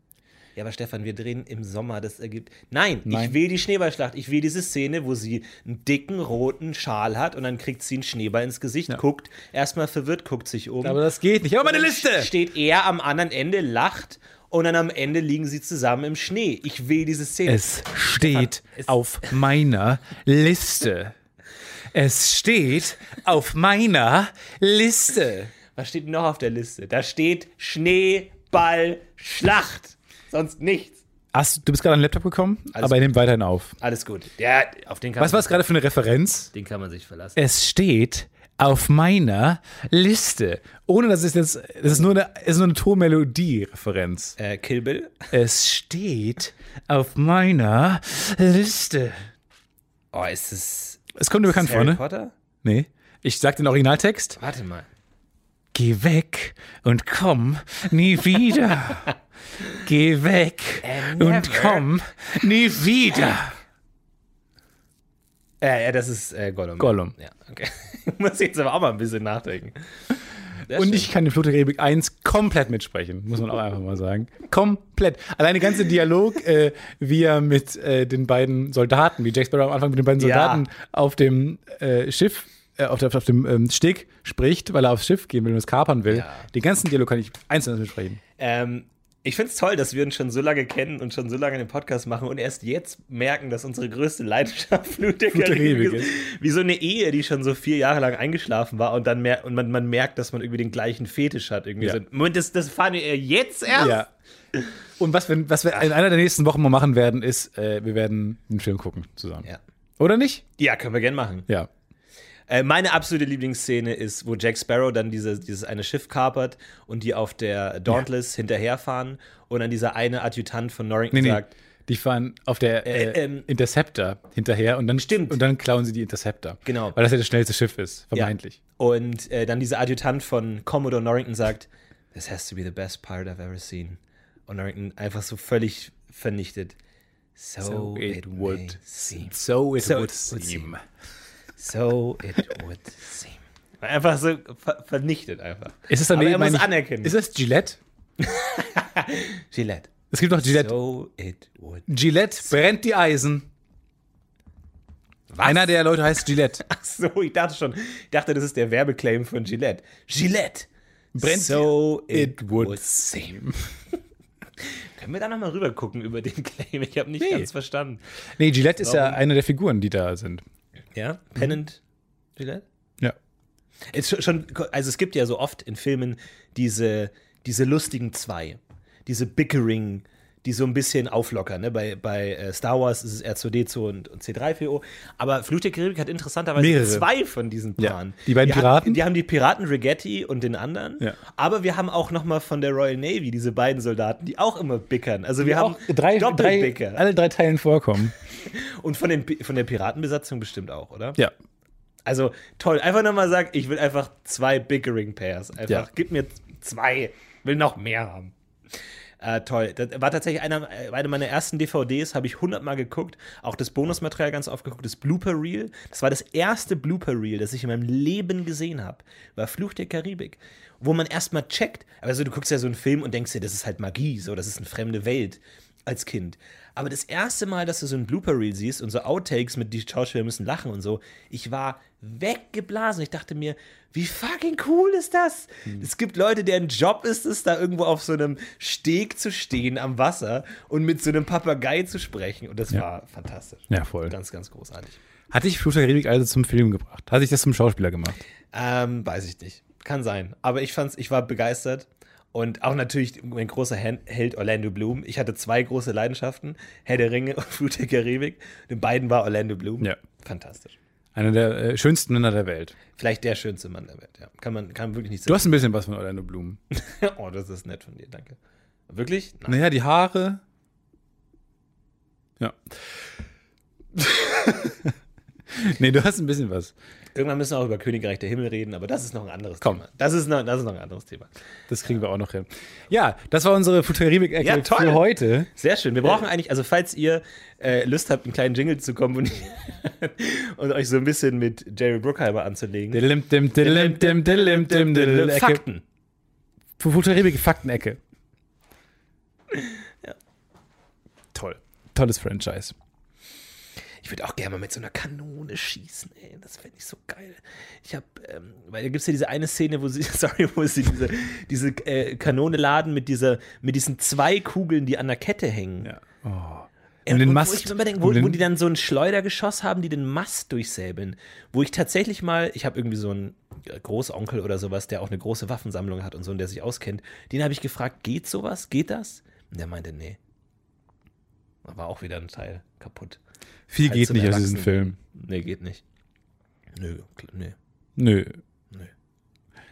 S1: Ja, aber Stefan, wir drehen im Sommer, das ergibt. Nein, ich
S2: Nein.
S1: will die Schneeballschlacht. Ich will diese Szene, wo sie einen dicken roten Schal hat und dann kriegt sie einen Schneeball ins Gesicht,
S2: Ja.
S1: guckt, erstmal verwirrt, guckt sich um.
S2: aber das geht nicht. Aber meine Liste!
S1: Steht er am anderen Ende, lacht und dann am Ende liegen sie zusammen im Schnee. Ich will diese Szene.
S2: Es steht
S1: es-
S2: auf meiner Liste. Es steht auf meiner Liste.
S1: Was steht noch auf der Liste? Da steht Schneeball Schlacht. Sonst nichts.
S2: Hast, du bist gerade an den Laptop gekommen,
S1: Alles
S2: aber er nimmt weiterhin auf.
S1: Alles gut. Ja, auf den kann
S2: Was war
S1: man
S2: es gerade für eine Referenz?
S1: Den kann man sich verlassen.
S2: Es steht auf meiner Liste. Ohne dass es jetzt. Es ist nur eine, es ist nur eine Tonmelodie-Referenz.
S1: Äh, Kill Bill?
S2: Es steht auf meiner Liste.
S1: Oh, ist es
S2: Es kommt mir bekannt vor,
S1: Harry
S2: ne?
S1: Potter?
S2: Nee. Ich sag den Originaltext.
S1: Warte mal.
S2: Geh weg und komm nie wieder. Geh weg
S1: And
S2: und
S1: never.
S2: komm nie wieder.
S1: Äh, ja, das ist äh, Gollum.
S2: Gollum.
S1: Ja, okay. Muss jetzt aber auch mal ein bisschen nachdenken. Sehr
S2: Und
S1: schön.
S2: ich kann den Fluch der Karibik 1 komplett mitsprechen, muss man auch einfach mal sagen. Komplett. Allein der ganze Dialog, äh, wie er mit äh, den beiden Soldaten, wie Jack Sparrow am Anfang mit den beiden
S1: Ja.
S2: Soldaten auf dem äh, Schiff, äh, auf, der, auf dem ähm, Steg spricht, weil er aufs Schiff gehen will und es kapern will.
S1: Ja.
S2: Den ganzen Dialog kann ich einzeln mitsprechen.
S1: Ähm, ich finde es toll, dass wir uns schon so lange kennen und schon so lange den Podcast machen und erst jetzt merken, dass unsere größte Leidenschaft Flut der
S2: Flut der
S1: Karibik
S2: Karibik
S1: ist. Wie so eine Ehe, die schon so vier Jahre lang eingeschlafen war und dann mer und man, man merkt, dass man irgendwie den gleichen Fetisch hat. Irgendwie
S2: Ja.
S1: so, Moment, das, das fahren wir jetzt erst?
S2: Ja. Und was wir, was wir in einer der nächsten Wochen mal machen werden, ist, äh, wir werden den Film gucken zusammen.
S1: Ja.
S2: Oder nicht?
S1: Ja, können wir gern machen.
S2: Ja.
S1: Äh, meine absolute Lieblingsszene ist, wo Jack Sparrow dann diese, dieses eine Schiff kapert und die auf der Dauntless hinterherfahren und dann dieser eine Adjutant von Norrington
S2: Nee, nee.
S1: sagt,
S2: Die fahren auf der äh,
S1: Äh, ähm,
S2: Interceptor hinterher und dann,
S1: Stimmt.
S2: und dann klauen sie die Interceptor.
S1: Genau.
S2: Weil das ja das schnellste Schiff ist,
S1: Ja.
S2: vermeintlich.
S1: Und äh, dann dieser Adjutant von Commodore Norrington sagt, This has to be the best pirate I've ever seen. Und Norrington einfach so völlig vernichtet. So, it, would seem.
S2: So it
S1: So it
S2: would
S1: would
S2: seem.
S1: So it would seem. Einfach so ver vernichtet einfach.
S2: Ist es dann
S1: Aber er
S2: nebenbei
S1: muss
S2: nicht-
S1: anerkennen.
S2: Ist es Gillette?
S1: Gillette.
S2: Es gibt noch Gillette.
S1: So it would.
S2: Gillette brennt die Eisen. Einer der Leute heißt Gillette.
S1: Ach so, ich dachte schon, ich dachte, das ist der Werbeclaim von Gillette. Gillette.
S2: Brennt
S1: so
S2: die-
S1: it,
S2: it would
S1: would, seem. Können wir da nochmal rüber gucken über den Claim? Ich habe nicht
S2: Nee.
S1: ganz verstanden.
S2: Nee, Gillette ist ja
S1: Warum?
S2: eine der Figuren, die da sind.
S1: Ja, Pennant Gillette?
S2: Ja.
S1: Mhm. Ist schon- schon, also es gibt ja so oft in Filmen diese, diese lustigen zwei, diese Bickering, die so ein bisschen auflockern. Ne? Bei, bei äh, Star Wars ist es R2D2 und, und C3PO. Aber Flut der Karibik hat interessanterweise
S2: Mehrere.
S1: zwei von diesen
S2: Ja.
S1: Paaren.
S2: Die beiden
S1: Wir
S2: Piraten?
S1: Haben, die haben die Piraten Rigetti und den anderen.
S2: Ja.
S1: Aber wir haben auch noch mal von der Royal Navy diese beiden Soldaten, die auch immer bickern. Also wir haben
S2: drei,
S1: Doppelbicker.
S2: drei, alle drei Teilen vorkommen.
S1: und von, den, Pi- von der Piratenbesatzung bestimmt auch, oder?
S2: Ja.
S1: Also toll. Einfach nochmal sagen, ich will einfach zwei Bickering Pairs. Einfach
S2: Ja.
S1: gib mir zwei. Will noch mehr haben. Äh, toll. Das war tatsächlich einer, äh, eine meiner ersten DVDs, habe ich hundertmal geguckt. Auch das Bonusmaterial ganz oft geguckt. Das Blooper Reel. Das war das erste Blooper Reel, das ich in meinem Leben gesehen habe. War Fluch der Karibik. Wo man erstmal checkt. Also, du guckst ja so einen Film und denkst dir, das ist halt Magie. So, das ist eine fremde Welt als Kind. Aber das erste Mal, dass du so ein Blooper Reel siehst und so Outtakes mit die Schauspieler müssen lachen und so, ich war weggeblasen. Ich dachte mir, wie fucking cool ist das?
S2: Hm.
S1: Es gibt Leute, deren Job ist es, da irgendwo auf so einem Steg zu stehen am Wasser und mit so einem Papagei zu sprechen. Und das war fantastisch.
S2: Ja, voll.
S1: Ganz, ganz großartig.
S2: Hat dich Fluch der Karibik also zum Film gebracht? Hat dich das zum Schauspieler gemacht?
S1: Ähm, weiß ich nicht. Kann sein. Aber ich fand's, ich war begeistert. Und auch natürlich mein großer Hen- Held Orlando Bloom. Ich hatte zwei große Leidenschaften: Herr der Ringe und Flut der Karibik. Den beiden war Orlando Bloom.
S2: Ja.
S1: Fantastisch.
S2: Einer der äh, schönsten Männer der Welt.
S1: Vielleicht der schönste Mann der Welt. Ja. Kann man kann wirklich nicht
S2: Du
S1: sagen.
S2: hast ein bisschen was von Orlando Bloom.
S1: oh, das ist nett von dir, danke. Wirklich? Nein.
S2: Naja, die Haare. Ja. nee, du hast ein bisschen was.
S1: Irgendwann müssen wir auch über Königreich der Himmel reden, aber das ist noch ein anderes
S2: Komm.
S1: Thema. Das ist, noch, das ist noch ein anderes Thema.
S2: Das kriegen wir auch noch hin. Ja, das war unsere Futuribik-Ecke
S1: Ja, toll.
S2: für heute.
S1: Sehr schön. Wir
S2: Äh.
S1: brauchen eigentlich, also falls ihr äh, Lust habt, einen kleinen Jingle zu komponieren und euch so ein bisschen mit Jerry Bruckheimer anzulegen.
S2: Dilim, dim, dilim, dim, dilim, dim, dilim, Ecke.
S1: Fakten.
S2: Futuribik-Faktenecke.
S1: Ja.
S2: Toll. Tolles Franchise.
S1: Ich würde auch gerne mal mit so einer Kanone schießen, ey. Das fände ich so geil. Ich habe, ähm, weil da gibt es ja diese eine Szene, wo sie, sorry, wo sie diese, diese äh, Kanone laden mit dieser, mit diesen zwei Kugeln, die an der Kette hängen.
S2: Ja. Oh.
S1: Ja,
S2: Um den
S1: und
S2: Mast.
S1: Wo, ich mir immer denk,
S2: Um
S1: wo,
S2: den-
S1: wo die dann so ein Schleudergeschoss haben, die den Mast durchsäbeln. Wo ich tatsächlich mal, ich habe irgendwie so einen äh, Großonkel oder sowas, der auch eine große Waffensammlung hat und so und der sich auskennt, den habe ich gefragt, geht sowas? Geht das? Und der meinte, nee. Da War auch wieder ein Teil kaputt.
S2: Viel
S1: halt
S2: geht
S1: zum
S2: nicht aus diesem Film.
S1: Erwachsenen. Nee, geht nicht. Nö, kl- nee.
S2: Nö.
S1: Nö.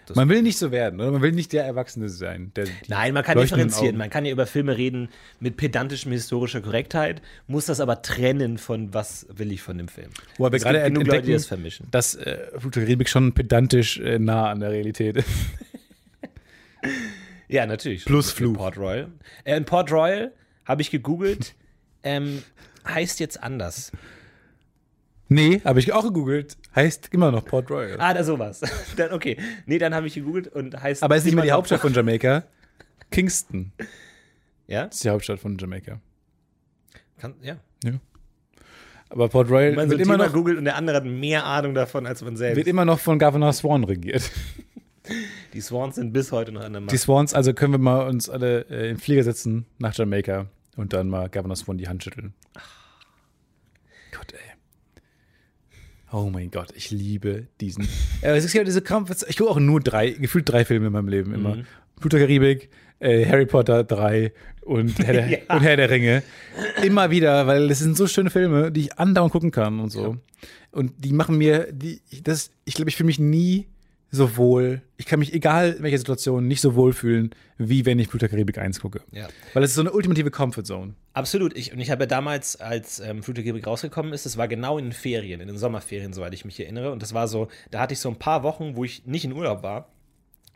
S1: Das-
S2: Man will nicht so werden, oder? Man will nicht der Erwachsene sein. Der, die
S1: Nein, man kann
S2: leuchtenden
S1: differenzieren.
S2: Augen.
S1: Man kann ja über Filme reden mit pedantischem historischer Korrektheit, muss das aber trennen von was will ich von dem Film.
S2: Wo wir
S1: Es
S2: gerade
S1: gibt genug Leute,
S2: entdecken-
S1: die das vermischen.
S2: dass äh, Futuribik schon pedantisch äh, nah an der Realität ist.
S1: Ja, natürlich.
S2: Plus
S1: In
S2: Fluch.
S1: Port Royal. Äh, in Port Royal habe ich gegoogelt, ähm, heißt jetzt anders.
S2: Nee, habe ich auch gegoogelt. Heißt immer noch Port Royal.
S1: Ah, da sowas. dann, okay. Nee, dann habe ich gegoogelt und heißt.
S2: Aber es ist nicht mehr die
S1: immer noch-
S2: Hauptstadt von Jamaika. Kingston
S1: Ja?
S2: ist die Hauptstadt von Jamaika.
S1: Kann, ja.
S2: Aber Port Royal
S1: Wenn man so
S2: Äh, wird,
S1: ein
S2: immer
S1: Thema
S2: noch,
S1: googelt und der andere hat mehr Ahnung davon als man selbst.
S2: wird immer noch von Governor Swan regiert.
S1: Die Swans sind bis heute noch an der
S2: Die
S1: Macht.
S2: Swans, also können wir mal uns alle äh, im Flieger setzen nach Jamaika und dann mal Governor Swan die Hand schütteln. Gott, ey. Oh mein Gott, ich liebe diesen. Mhm. äh, es ist ja diese Kampf. Ich gucke auch nur drei, gefühlt drei Filme in meinem Leben immer. Pluto Karibik, äh, Harry Potter 3 und Herr, der, und Herr der Ringe. Immer wieder, weil es sind so schöne Filme, die ich andauernd gucken kann und so. Und die machen mir, die, ich- das, ich glaube, ich fühle mich nie so wohl, ich kann mich, egal in welcher Situation, nicht so wohl fühlen, wie wenn ich Blut der Karibik 1 gucke.
S1: Ja.
S2: Weil es ist so eine ultimative Comfortzone.
S1: Absolut. Ich, und ich habe ja damals, als ähm, Flut der Karibik rausgekommen ist, das war genau in den Ferien, in den Sommerferien, soweit ich mich erinnere. Und das war so, da hatte ich so ein paar Wochen, wo ich nicht in Urlaub war,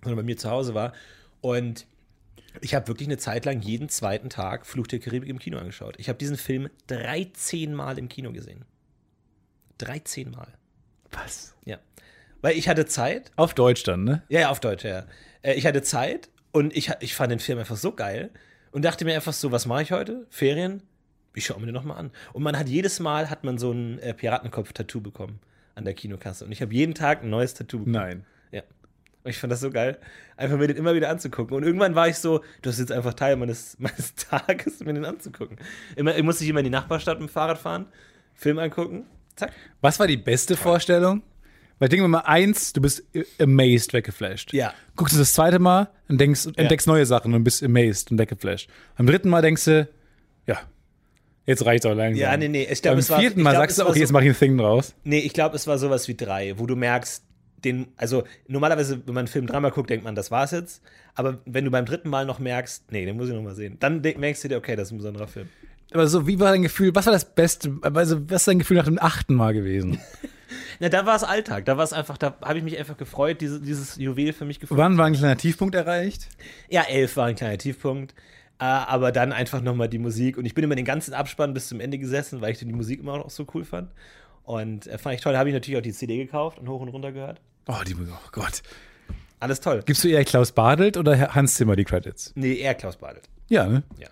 S1: sondern bei mir zu Hause war. Und ich habe wirklich eine Zeit lang jeden zweiten Tag Fluch der Karibik im Kino angeschaut. Ich habe diesen Film 13 Mal im Kino gesehen. 13 Mal.
S2: Was?
S1: Ja. Weil ich hatte Zeit
S2: Auf Deutsch dann, ne?
S1: ja, ja, auf Deutsch, ja. Äh, Ich hatte Zeit und ich, ha- ich fand den Film einfach so geil und dachte mir einfach so, was mache ich heute? Ferien? Ich schaue mir den nochmal an. Und man hat jedes Mal hat man so ein äh, Piratenkopf-Tattoo bekommen an der Kinokasse. Und ich habe jeden Tag ein neues Tattoo bekommen.
S2: Nein.
S1: Ja. Und ich fand das so geil, einfach mir den immer wieder anzugucken. Und irgendwann war ich so, das ist jetzt einfach Teil meines, meines Tages, mir den anzugucken. Immer, ich musste ich immer in die Nachbarstadt mit dem Fahrrad fahren, Film angucken, zack.
S2: Was war die beste Vorstellung? Weil denken wir mal, eins, du bist amazed, weggeflasht.
S1: Ja.
S2: Guckst du das zweite Mal und denkst, entdeckst neue Sachen und bist amazed und weggeflasht. Am dritten Mal denkst du, ja, jetzt reicht's auch langsam.
S1: Ja, nee, nee, ich glaub,
S2: Beim
S1: es war-
S2: vierten
S1: ich
S2: Mal
S1: glaub,
S2: sagst
S1: es
S2: du,
S1: war
S2: okay,
S1: so-
S2: jetzt mach ich ein Thing draus.
S1: Nee, ich glaube, es war sowas wie drei, wo du merkst, den, also normalerweise, wenn man einen Film dreimal guckt, denkt man, das war's jetzt. Aber wenn du beim dritten Mal noch merkst, nee, den muss ich noch mal sehen, dann de- merkst du dir, okay, das ist ein besonderer Film.
S2: Aber so, wie war dein Gefühl, was war das Beste, also was ist dein Gefühl nach dem achten Mal gewesen?
S1: Na, da war es Alltag, da war es einfach, da habe ich mich einfach gefreut, diese, dieses Juwel für mich gefreut.
S2: Wann war ein kleiner Tiefpunkt erreicht?
S1: Ja, elf war ein kleiner Tiefpunkt. äh, Aber dann einfach nochmal die Musik. Und ich bin immer den ganzen Abspann bis zum Ende gesessen, weil ich die Musik immer noch so cool fand. Und äh, fand ich toll. Habe ich natürlich auch die CD gekauft und hoch und runter gehört.
S2: Oh, die, oh Gott.
S1: Alles toll.
S2: Gibst du eher Klaus Badelt oder Herr- Hans Zimmer die Credits?
S1: Nee, eher Klaus Badelt.
S2: Ja, ne?
S1: Ja.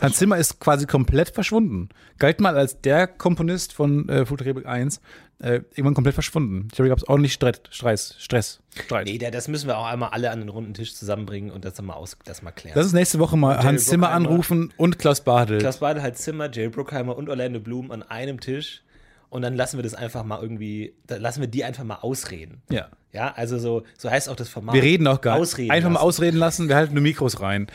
S2: Hans Zimmer ist quasi komplett verschwunden. Galt mal als der Komponist von äh, Fluch der Karibik 1. Äh, irgendwann komplett verschwunden. Ich glaube, da gab es ordentlich Streit, Stress, Stress, Streit.
S1: Nee, da- das müssen wir auch einmal alle an den runden Tisch zusammenbringen und das dann mal, aus, das mal klären.
S2: Lass uns nächste Woche mal Hans
S1: Jerry
S2: Zimmer
S1: Bruckheimer.
S2: anrufen und Klaus Badelt.
S1: Klaus Badel halt Zimmer, Jerry Bruckheimer und Orlando Bloom an einem Tisch und dann lassen wir das einfach mal irgendwie, da lassen wir die einfach mal ausreden.
S2: Ja.
S1: Ja, also so, so heißt auch das Format.
S2: Wir reden auch gar nicht.
S1: Ausreden.
S2: Einfach mal
S1: lassen.
S2: ausreden lassen, wir halten nur Mikros rein.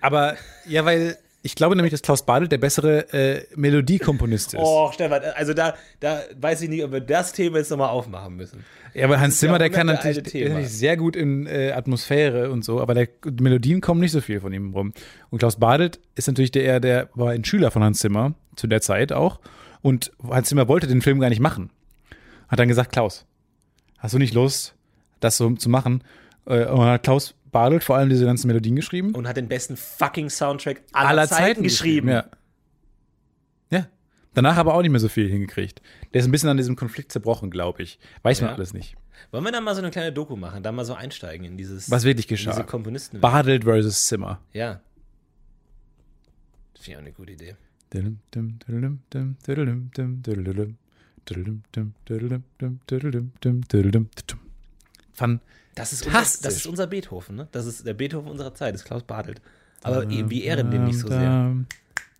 S2: Aber ja, weil ich glaube nämlich, dass Klaus Badelt der bessere äh, Melodiekomponist ist.
S1: Oh, Stefan, also da, da weiß ich nicht, ob wir das Thema jetzt nochmal aufmachen müssen.
S2: Ja, aber Hans
S1: ja
S2: Zimmer, der kann
S1: hunderte
S2: natürlich,
S1: alte
S2: der ist
S1: Thema.
S2: natürlich sehr gut in äh, Atmosphäre und so, aber der, die Melodien kommen nicht so viel von ihm rum. Und Klaus Badelt ist natürlich der, eher der war ein Schüler von Hans Zimmer, zu der Zeit auch. Und Hans Zimmer wollte den Film gar nicht machen. Hat dann gesagt, Klaus, hast du nicht Lust, das so zu machen? Äh, und dann hat Klaus Badelt vor allem diese ganzen Melodien geschrieben.
S1: Und hat den besten fucking Soundtrack aller, Zeiten, geschrieben.
S2: Ja. ja. Danach aber auch nicht mehr so viel hingekriegt. Der ist ein bisschen an diesem Konflikt zerbrochen, glaube ich. Weiß man
S1: Ja.
S2: alles nicht.
S1: Wollen wir da mal so eine kleine Doku machen, da mal so einsteigen in dieses.
S2: Was wirklich
S1: in Diese
S2: geschah.
S1: Komponisten.
S2: Badelt versus Zimmer.
S1: ja. Finde ich auch eine gute Idee.
S2: Diddlem, dim, diddlem, dim, diddlem, dim, diddlem. Diddlem, dim, diddlem, dim, diddlem, dim, diddlem, diddlem. Fun.
S1: Das ist, unser, das
S2: Fantastisch.
S1: ist unser Beethoven, ne? Das ist der Beethoven unserer Zeit, ist Klaus Badelt. Aber eh, wir ehren den nicht so sehr.
S2: Dam,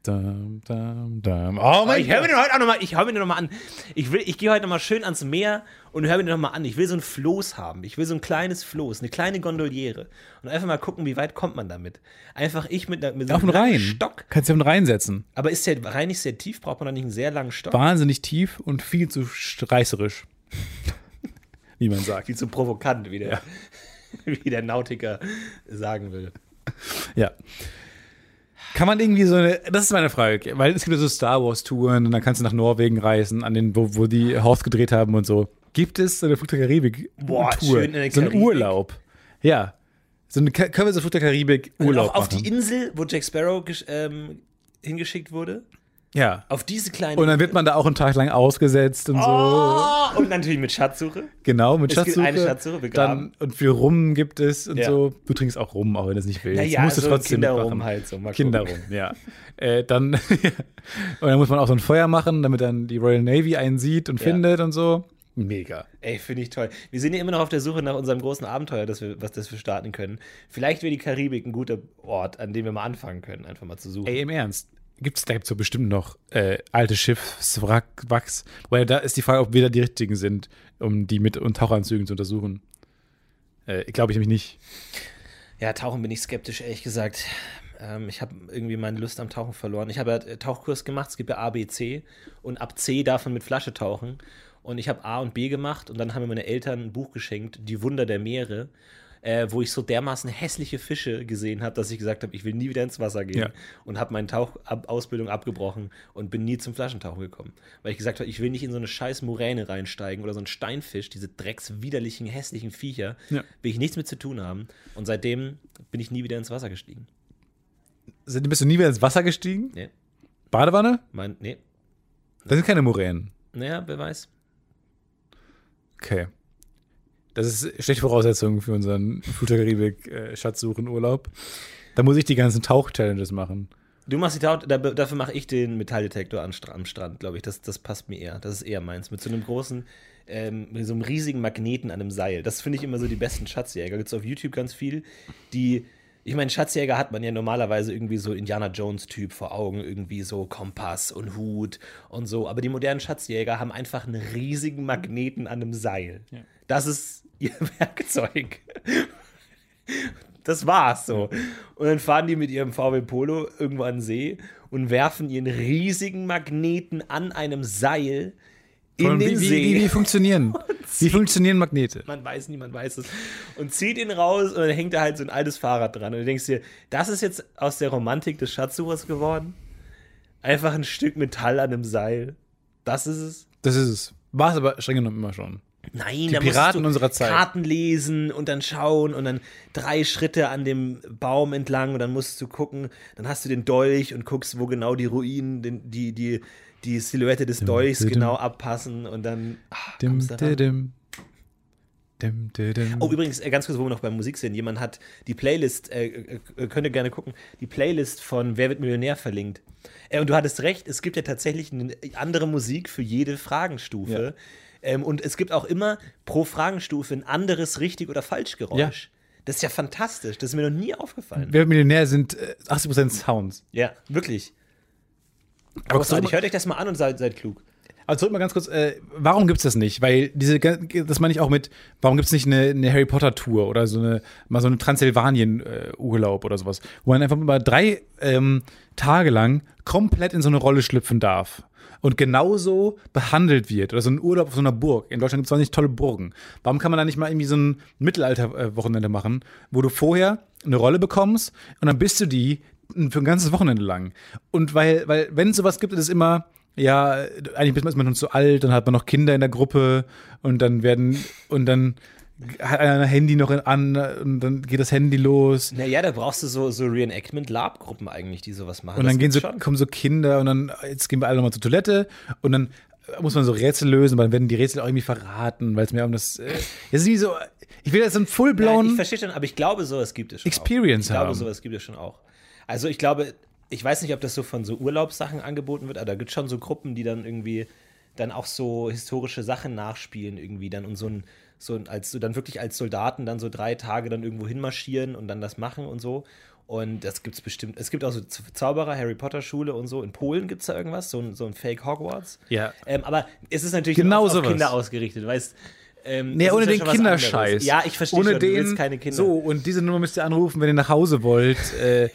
S2: dam, dam, dam. Oh
S1: Aber
S2: mein
S1: ich höre mir
S2: Gott.
S1: den heute auch nochmal, ich höre mir den noch mal an. Ich will, ich gehe heute nochmal schön ans Meer und höre mir den nochmal an. Ich will so ein Floß haben. Ich will so ein kleines Floß, eine kleine Gondoliere. Und einfach mal gucken, wie weit kommt man damit. Einfach ich mit, einer- mit so
S2: Auf den
S1: langen
S2: Rhein.
S1: Stock.
S2: Kannst du auf den Rhein setzen.
S1: Aber ist der Rhein nicht sehr tief? Braucht man da nicht einen sehr langen Stock?
S2: Wahnsinnig tief und viel zu sch- reißerisch. Wie man sagt.
S1: Viel zu provokant, wie der, wie der Nautiker sagen will.
S2: Ja. Kann man irgendwie so eine, das ist meine Frage, weil es gibt ja so Star Wars-Touren und dann kannst du nach Norwegen reisen, an den, wo, wo die Haus gedreht haben und so. Gibt es so eine Flug der
S1: Boah,
S2: Karibik-Tour?
S1: schön in der
S2: So einen
S1: Karibik.
S2: Urlaub. Ja. So eine, Ka- können wir so Flug der Karibik-Urlaub
S1: Auch auf
S2: machen?
S1: die Insel, wo Jack Sparrow gesch- ähm, hingeschickt wurde.
S2: ja.
S1: Auf diese kleine.
S2: Und dann wird man da auch einen Tag lang ausgesetzt und so.
S1: Oh, und natürlich mit Schatzsuche.
S2: Genau, mit
S1: Es gibt
S2: Schatzsuche.
S1: eine Schatzsuche, begraben.
S2: dann, und viel Rum gibt es und
S1: Ja.
S2: so. Du trinkst auch Rum, auch wenn du es nicht willst.
S1: Naja,
S2: Musst du
S1: so
S2: trotzdem
S1: Kinderrum
S2: mitmachen.
S1: halt so, mal
S2: Kinderrum, ja. Äh, dann, und dann muss man auch so ein Feuer machen, damit dann die Royal Navy einen sieht und
S1: Ja.
S2: findet und so. Mega.
S1: Ey, finde ich toll. Wir sind ja immer noch auf der Suche nach unserem großen Abenteuer, das wir, was das wir starten können. Vielleicht wäre die Karibik ein guter Ort, an dem wir mal anfangen können, einfach mal zu suchen.
S2: Ey, im Ernst. Gibt es da gibt's doch bestimmt noch äh, alte Schiffswracks? Weil da ist die Frage, ob wir da die richtigen sind, um die mit und Tauchanzügen zu untersuchen. Äh, Glaube ich nämlich nicht.
S1: Ja, tauchen bin ich skeptisch, ehrlich gesagt. Ähm, ich habe irgendwie meine Lust am Tauchen verloren. Ich habe ja äh, Tauchkurs gemacht, es gibt ja A, B, C und ab C darf man mit Flasche tauchen. Und ich habe A und B gemacht und dann haben mir meine Eltern ein Buch geschenkt, Die Wunder der Meere, äh, wo ich so dermaßen hässliche Fische gesehen habe, dass ich gesagt habe, ich will nie wieder ins Wasser gehen
S2: Ja.
S1: und habe meine Tauchausbildung abgebrochen und bin nie zum Flaschentauchen gekommen. Weil ich gesagt habe, ich will nicht in so eine scheiß Moräne reinsteigen oder so einen Steinfisch, diese dreckswiderlichen, hässlichen Viecher,
S2: Ja.
S1: will ich nichts mit zu tun haben. Und seitdem bin ich nie wieder ins Wasser gestiegen.
S2: Sind- Bist du nie wieder ins Wasser gestiegen?
S1: Nee.
S2: Badewanne?
S1: Mein, nee,
S2: Das sind keine Moränen.
S1: naja, wer weiß.
S2: Okay. Das ist schlechte Voraussetzung für unseren Flutterkaribik-Schatzsuchen-Urlaub. Da muss ich die ganzen Tauch-Challenges machen.
S1: Du machst die Taut, da, dafür mache ich den Metalldetektor am, Stra am Strand, glaube ich. Das, das passt mir eher. Das ist eher meins. Mit so einem großen, ähm, mit so einem riesigen Magneten an einem Seil. Das finde ich immer so die besten Schatzjäger. Gibt es auf YouTube ganz viel, die. Ich meine, Schatzjäger hat man ja normalerweise irgendwie so Indiana Jones-Typ vor Augen, irgendwie so Kompass und Hut und so. Aber die modernen Schatzjäger haben einfach einen riesigen Magneten an einem Seil. Das ist ihr Werkzeug. Das war's so. Und dann fahren die mit ihrem VW Polo irgendwo an den See und werfen ihren riesigen Magneten an einem Seil in
S2: Und
S1: den
S2: wie, wie,
S1: See.
S2: wie, wie funktionieren? Wie funktionieren Magnete?
S1: Man weiß nie, man weiß es. Und zieht ihn raus und dann hängt da halt so ein altes Fahrrad dran. Und du denkst dir, das ist jetzt aus der Romantik des Schatzsuchers geworden? Einfach ein Stück Metall an einem Seil. Das ist es.
S2: Das ist es. War es aber streng genommen immer schon.
S1: Nein, da musstest
S2: Piraten
S1: du
S2: unserer Zeit.
S1: Karten lesen und dann schauen und dann drei Schritte an dem Baum entlang und dann musst du gucken, dann hast du den Dolch und guckst, wo genau die Ruinen, den, die, die, die Silhouette des Dolchs
S2: dim.
S1: genau abpassen und dann. ah,
S2: Dim,
S1: kommst du ran.
S2: dim, dim, dim, dim.
S1: Oh, übrigens, äh, ganz kurz, wo wir noch bei Musik sind. Jemand hat die Playlist, äh, äh, äh, könnt ihr gerne gucken, die Playlist von Wer wird Millionär verlinkt. Äh, und du hattest recht, es gibt ja tatsächlich eine andere Musik für jede Fragenstufe. Ähm, und es gibt auch immer pro Fragenstufe ein anderes richtig oder falsch Geräusch. Das ist ja fantastisch. Das ist mir noch nie aufgefallen.
S2: Wer wird Millionär sind äh, 80% Sounds.
S1: Ja, wirklich.
S2: Aber
S1: Großartig. Hört euch das mal an und seid, seid klug.
S2: Aber zurück mal ganz kurz, äh, warum gibt's das nicht? Weil diese, gan- das meine ich auch mit, warum gibt's nicht eine, eine Harry Potter Tour oder so eine, mal so eine Transsilvanien-Urlaub oder sowas, wo man einfach mal drei ähm, Tage lang komplett in so eine Rolle schlüpfen darf und genauso behandelt wird oder so ein Urlaub auf so einer Burg. In Deutschland gibt's wahnsinnig tolle Burgen. Warum kann man da nicht mal irgendwie so ein Mittelalter-Wochenende machen, wo du vorher eine Rolle bekommst und dann bist du die für ein ganzes Wochenende lang. Und weil, weil wenn es sowas gibt, ist es immer, ja, eigentlich ist man schon zu alt, dann hat man noch Kinder in der Gruppe und dann werden, und dann hat einer ein Handy noch in, an und dann geht das Handy los.
S1: Naja, da brauchst du so, so Reenactment-Lab-Gruppen eigentlich, die sowas machen.
S2: Und dann
S1: Das
S2: gehen so,
S1: gibt's schon.
S2: kommen so Kinder und dann, jetzt gehen wir alle nochmal zur Toilette und dann muss man so Rätsel lösen, weil dann werden die Rätsel auch irgendwie verraten, weil es mir um das. äh, Es ist wie so, ich will jetzt so einen
S1: Nein, ich
S2: fullblauen.
S1: verstehe schon, aber ich glaube, sowas gibt es schon.
S2: Experience
S1: auch. Ich glaube,
S2: haben.
S1: sowas gibt es schon auch. Also ich glaube, ich weiß nicht, ob das so von so Urlaubssachen angeboten wird, aber da gibt es schon so Gruppen, die dann irgendwie dann auch so historische Sachen nachspielen irgendwie dann und so ein so ein, als so dann wirklich als Soldaten dann so drei Tage dann irgendwo hinmarschieren und dann das machen und so. Und das gibt's bestimmt. Es gibt auch so Z- Zauberer, Harry Potter Schule und so. In Polen gibt es da irgendwas, so ein, so ein Fake Hogwarts.
S2: Ja.
S1: Ähm, aber es ist natürlich
S2: Genau
S1: auch auf
S2: sowas.
S1: Kinder ausgerichtet, weißt ähm,
S2: Nee,
S1: das
S2: ohne
S1: ist ja
S2: den
S1: schon was
S2: Kinderscheiß.
S1: anderes. Ja, ich verstehe
S2: ohne
S1: schon,
S2: den,
S1: du willst keine Kinder.
S2: So, und diese Nummer müsst ihr anrufen, wenn ihr nach Hause wollt. äh,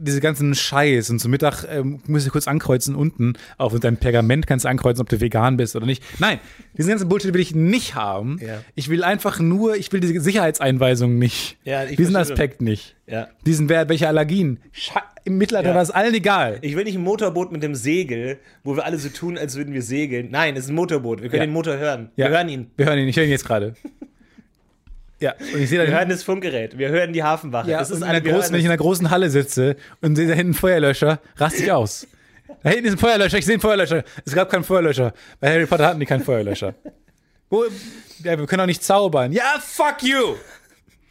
S2: diese ganzen Scheiß. Und zum Mittag ähm, müsst ihr kurz ankreuzen unten. Auch mit deinem Pergament kannst du ankreuzen, ob du vegan bist oder nicht. Nein, diesen ganzen Bullshit will ich nicht haben.
S1: Ja.
S2: Ich will einfach nur, ich will diese Sicherheitseinweisungen nicht.
S1: Ja, ich
S2: diesen
S1: verstehe
S2: Aspekt nicht.
S1: Ja.
S2: Diesen Wert, welche Allergien. Sche Im Mittelalter
S1: Ja.
S2: war es allen egal.
S1: Ich will nicht ein Motorboot mit dem Segel, wo wir alle so tun, als würden wir segeln. Nein, es ist ein Motorboot. Wir können
S2: Ja.
S1: den Motor hören.
S2: Ja.
S1: Wir hören ihn.
S2: Wir hören ihn, ich höre ihn jetzt gerade. ja, und ich sehe da
S1: Wir hören das Funkgerät. Wir hören die Hafenwache.
S2: Mhm. Ja,
S1: es ist
S2: und in
S1: eine-
S2: einer
S1: wir
S2: großen, wenn ich in
S1: hören
S2: einer großen Halle sitze und sehe da hinten einen Feuerlöscher, raste ich aus. Da hinten ist ein Feuerlöscher, ich sehe einen Feuerlöscher. Es gab keinen Feuerlöscher. Bei Harry Potter hatten die keinen Feuerlöscher. Wo, ja, wir können auch nicht zaubern. Ja, fuck you!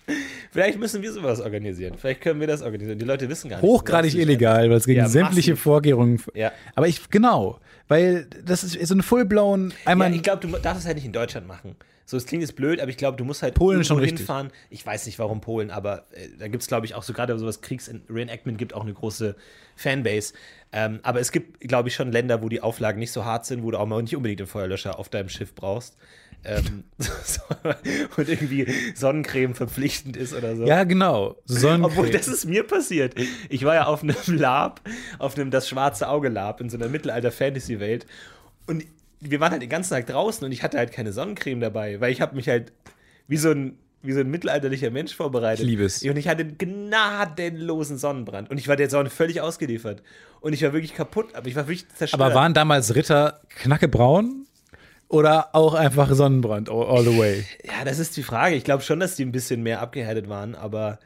S1: es. Vielleicht müssen wir sowas organisieren. Vielleicht können wir das organisieren. Die Leute wissen gar nicht.
S2: Hochgradig
S1: was sie-
S2: illegal, weil es gegen
S1: Ja,
S2: sämtliche
S1: massiv.
S2: Vorkehrungen.
S1: Ja.
S2: Aber ich, genau, weil das ist so eine fullblown, einmal
S1: Ja, ich glaube, du darfst es halt nicht in Deutschland machen. So, es klingt jetzt blöd, aber ich glaube, du musst halt
S2: Polen ist schon
S1: irgendwo
S2: richtig.
S1: hinfahren. Ich weiß nicht, warum Polen, aber äh, da gibt es, glaube ich, auch so gerade sowas Kriegs-Reenactment gibt auch eine große Fanbase. Ähm, aber es gibt, glaube ich, schon Länder, wo die Auflagen nicht so hart sind, wo du auch mal nicht unbedingt den Feuerlöscher auf deinem Schiff brauchst. ähm, so, und irgendwie Sonnencreme verpflichtend ist oder so.
S2: Ja, genau. Sonnencreme.
S1: Obwohl, das ist mir passiert. Ich war ja auf einem Lab, auf einem Das Schwarze Auge Lab in so einer Mittelalter-Fantasy-Welt. Und wir waren halt den ganzen Tag draußen und ich hatte halt keine Sonnencreme dabei, weil ich habe mich halt wie so ein wie so ein mittelalterlicher Mensch vorbereitet.
S2: Ich liebe es.
S1: Und ich hatte einen gnadenlosen Sonnenbrand. Und ich war der Sonne völlig ausgeliefert. Und ich war wirklich kaputt, aber ich war wirklich zerstört.
S2: Aber waren damals Ritter knackebraun oder auch einfach Sonnenbrand all, all the way?
S1: ja, das ist die Frage. Ich glaube schon, dass die ein bisschen mehr abgehärtet waren, aber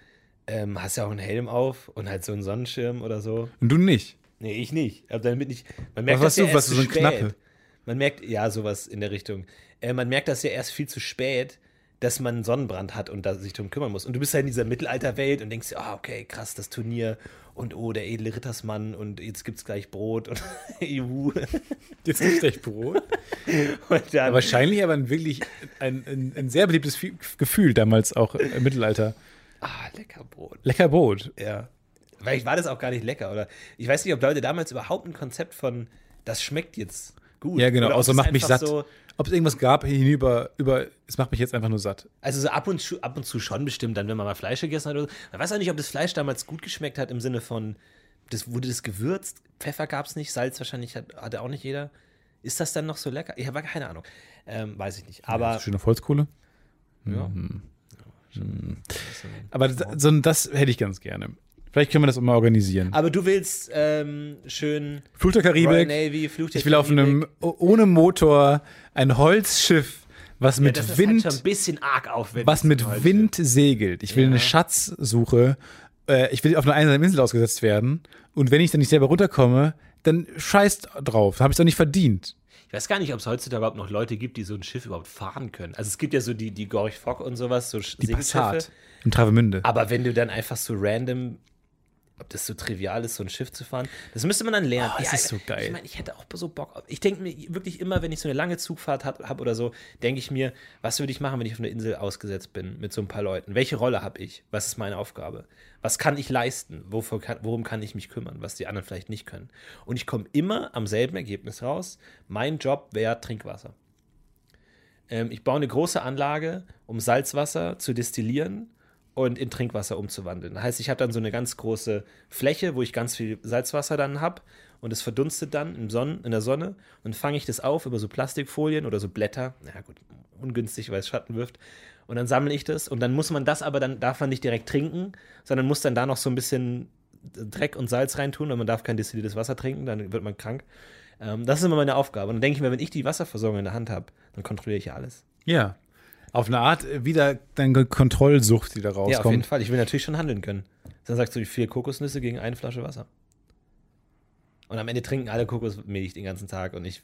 S1: ähm, hast ja auch einen Helm auf und halt so einen Sonnenschirm oder so.
S2: Und du nicht.
S1: Nee, ich nicht. Aber damit nicht. Man
S2: Was
S1: merkt,
S2: warst
S1: das ja
S2: du?
S1: erst
S2: Warst du
S1: zu
S2: so ein
S1: spät.
S2: Knappe?
S1: Man merkt, ja, sowas in der Richtung. Äh, man merkt das ja erst viel zu spät, dass man einen Sonnenbrand hat und da sich drum kümmern muss. Und du bist halt in dieser Mittelalterwelt und denkst dir, ah, okay, krass, das Turnier und oh, der edle Rittersmann und jetzt gibt's gleich Brot und juhu.
S2: Jetzt gibt es gleich Brot.
S1: Und dann,
S2: Ja, Äh, wahrscheinlich aber ein wirklich ein, ein, ein sehr beliebtes Fü- Gefühl damals auch im Mittelalter.
S1: ah, lecker Brot.
S2: Lecker Brot.
S1: Ja. Vielleicht war das auch gar nicht lecker, oder? Ich weiß nicht, ob Leute damals überhaupt ein Konzept von, das schmeckt jetzt gut.
S2: Ja, genau.
S1: Oder ob
S2: Außer
S1: es
S2: macht mich
S1: einfach
S2: satt.
S1: So,
S2: Ob es irgendwas gab hinüber, über, es macht mich jetzt einfach nur satt.
S1: Also so ab und zu, ab und zu schon bestimmt, dann wenn man mal Fleisch gegessen hat. Oder so. Man weiß auch nicht, ob das Fleisch damals gut geschmeckt hat im Sinne von, das wurde das gewürzt, Pfeffer gab es nicht, Salz wahrscheinlich hat, hatte auch nicht jeder. Ist das dann noch so lecker? Ich habe keine Ahnung. Ähm, weiß ich nicht. Aber
S2: Schön Mhm. auf Holzkohle.
S1: ja.
S2: Aber das, so ein, das hätte ich ganz gerne. Vielleicht können wir das auch mal organisieren.
S1: Aber du willst ähm, schön
S2: Flut der
S1: Royal
S2: Ah. Karibik.
S1: Navy, Fluch der
S2: Ich will auf
S1: Karibik.
S2: einem o- ohne Motor ein Holzschiff, was
S1: ja,
S2: mit
S1: das Ist
S2: Wind,
S1: halt schon ein bisschen arg aufwendig.
S2: was mit
S1: heute.
S2: Wind segelt. Ich will
S1: Ja.
S2: eine Schatzsuche. Äh, ich will auf einer einsamen Insel ausgesetzt werden. Und wenn ich dann nicht selber runterkomme, dann scheiß drauf. Habe ich doch nicht verdient.
S1: Ich weiß gar nicht, ob es heutzutage überhaupt noch Leute gibt, die so ein Schiff überhaupt fahren können. Also es gibt ja so die, die Gorch Fock und sowas, so
S2: Die Passat im Travemünde.
S1: Aber wenn du dann einfach so random, ob das so trivial ist, so ein Schiff zu fahren, das müsste man dann lernen.
S2: Oh, das ist so geil.
S1: Ich meine, ich hätte auch so Bock. auf- Ich denke mir wirklich immer, wenn ich so eine lange Zugfahrt habe hab oder so, denke ich mir, was würde ich machen, wenn ich auf einer Insel ausgesetzt bin mit so ein paar Leuten? Welche Rolle habe ich? Was ist meine Aufgabe? Was kann ich leisten? Wovor kann, worum kann ich mich kümmern, was die anderen vielleicht nicht können? Und ich komme immer am selben Ergebnis raus. Mein Job wäre Trinkwasser. Ähm, ich baue eine große Anlage, um Salzwasser zu destillieren und in Trinkwasser umzuwandeln. Das heißt, ich habe dann so eine ganz große Fläche, wo ich ganz viel Salzwasser dann habe und es verdunstet dann im Sonnen, in der Sonne und dann fange ich das auf über so Plastikfolien oder so Blätter. Na gut, ungünstig, weil es Schatten wirft. Und dann sammle ich das und dann muss man das aber dann darf man nicht direkt trinken, sondern muss dann da noch so ein bisschen Dreck und Salz reintun, weil man darf kein destilliertes Wasser trinken, dann wird man krank. Ähm, das ist immer meine Aufgabe. Und dann denke ich mir, wenn ich die Wasserversorgung in der Hand habe, dann kontrolliere ich ja alles.
S2: ja. Auf eine Art äh, wieder deine Kontrollsucht, die da
S1: Ja, auf jeden
S2: rauskommt.
S1: Fall. Ich will natürlich schon handeln können. Dann sagst du, vier Kokosnüsse gegen eine Flasche Wasser. Und am Ende trinken alle Kokosmilch den ganzen Tag und ich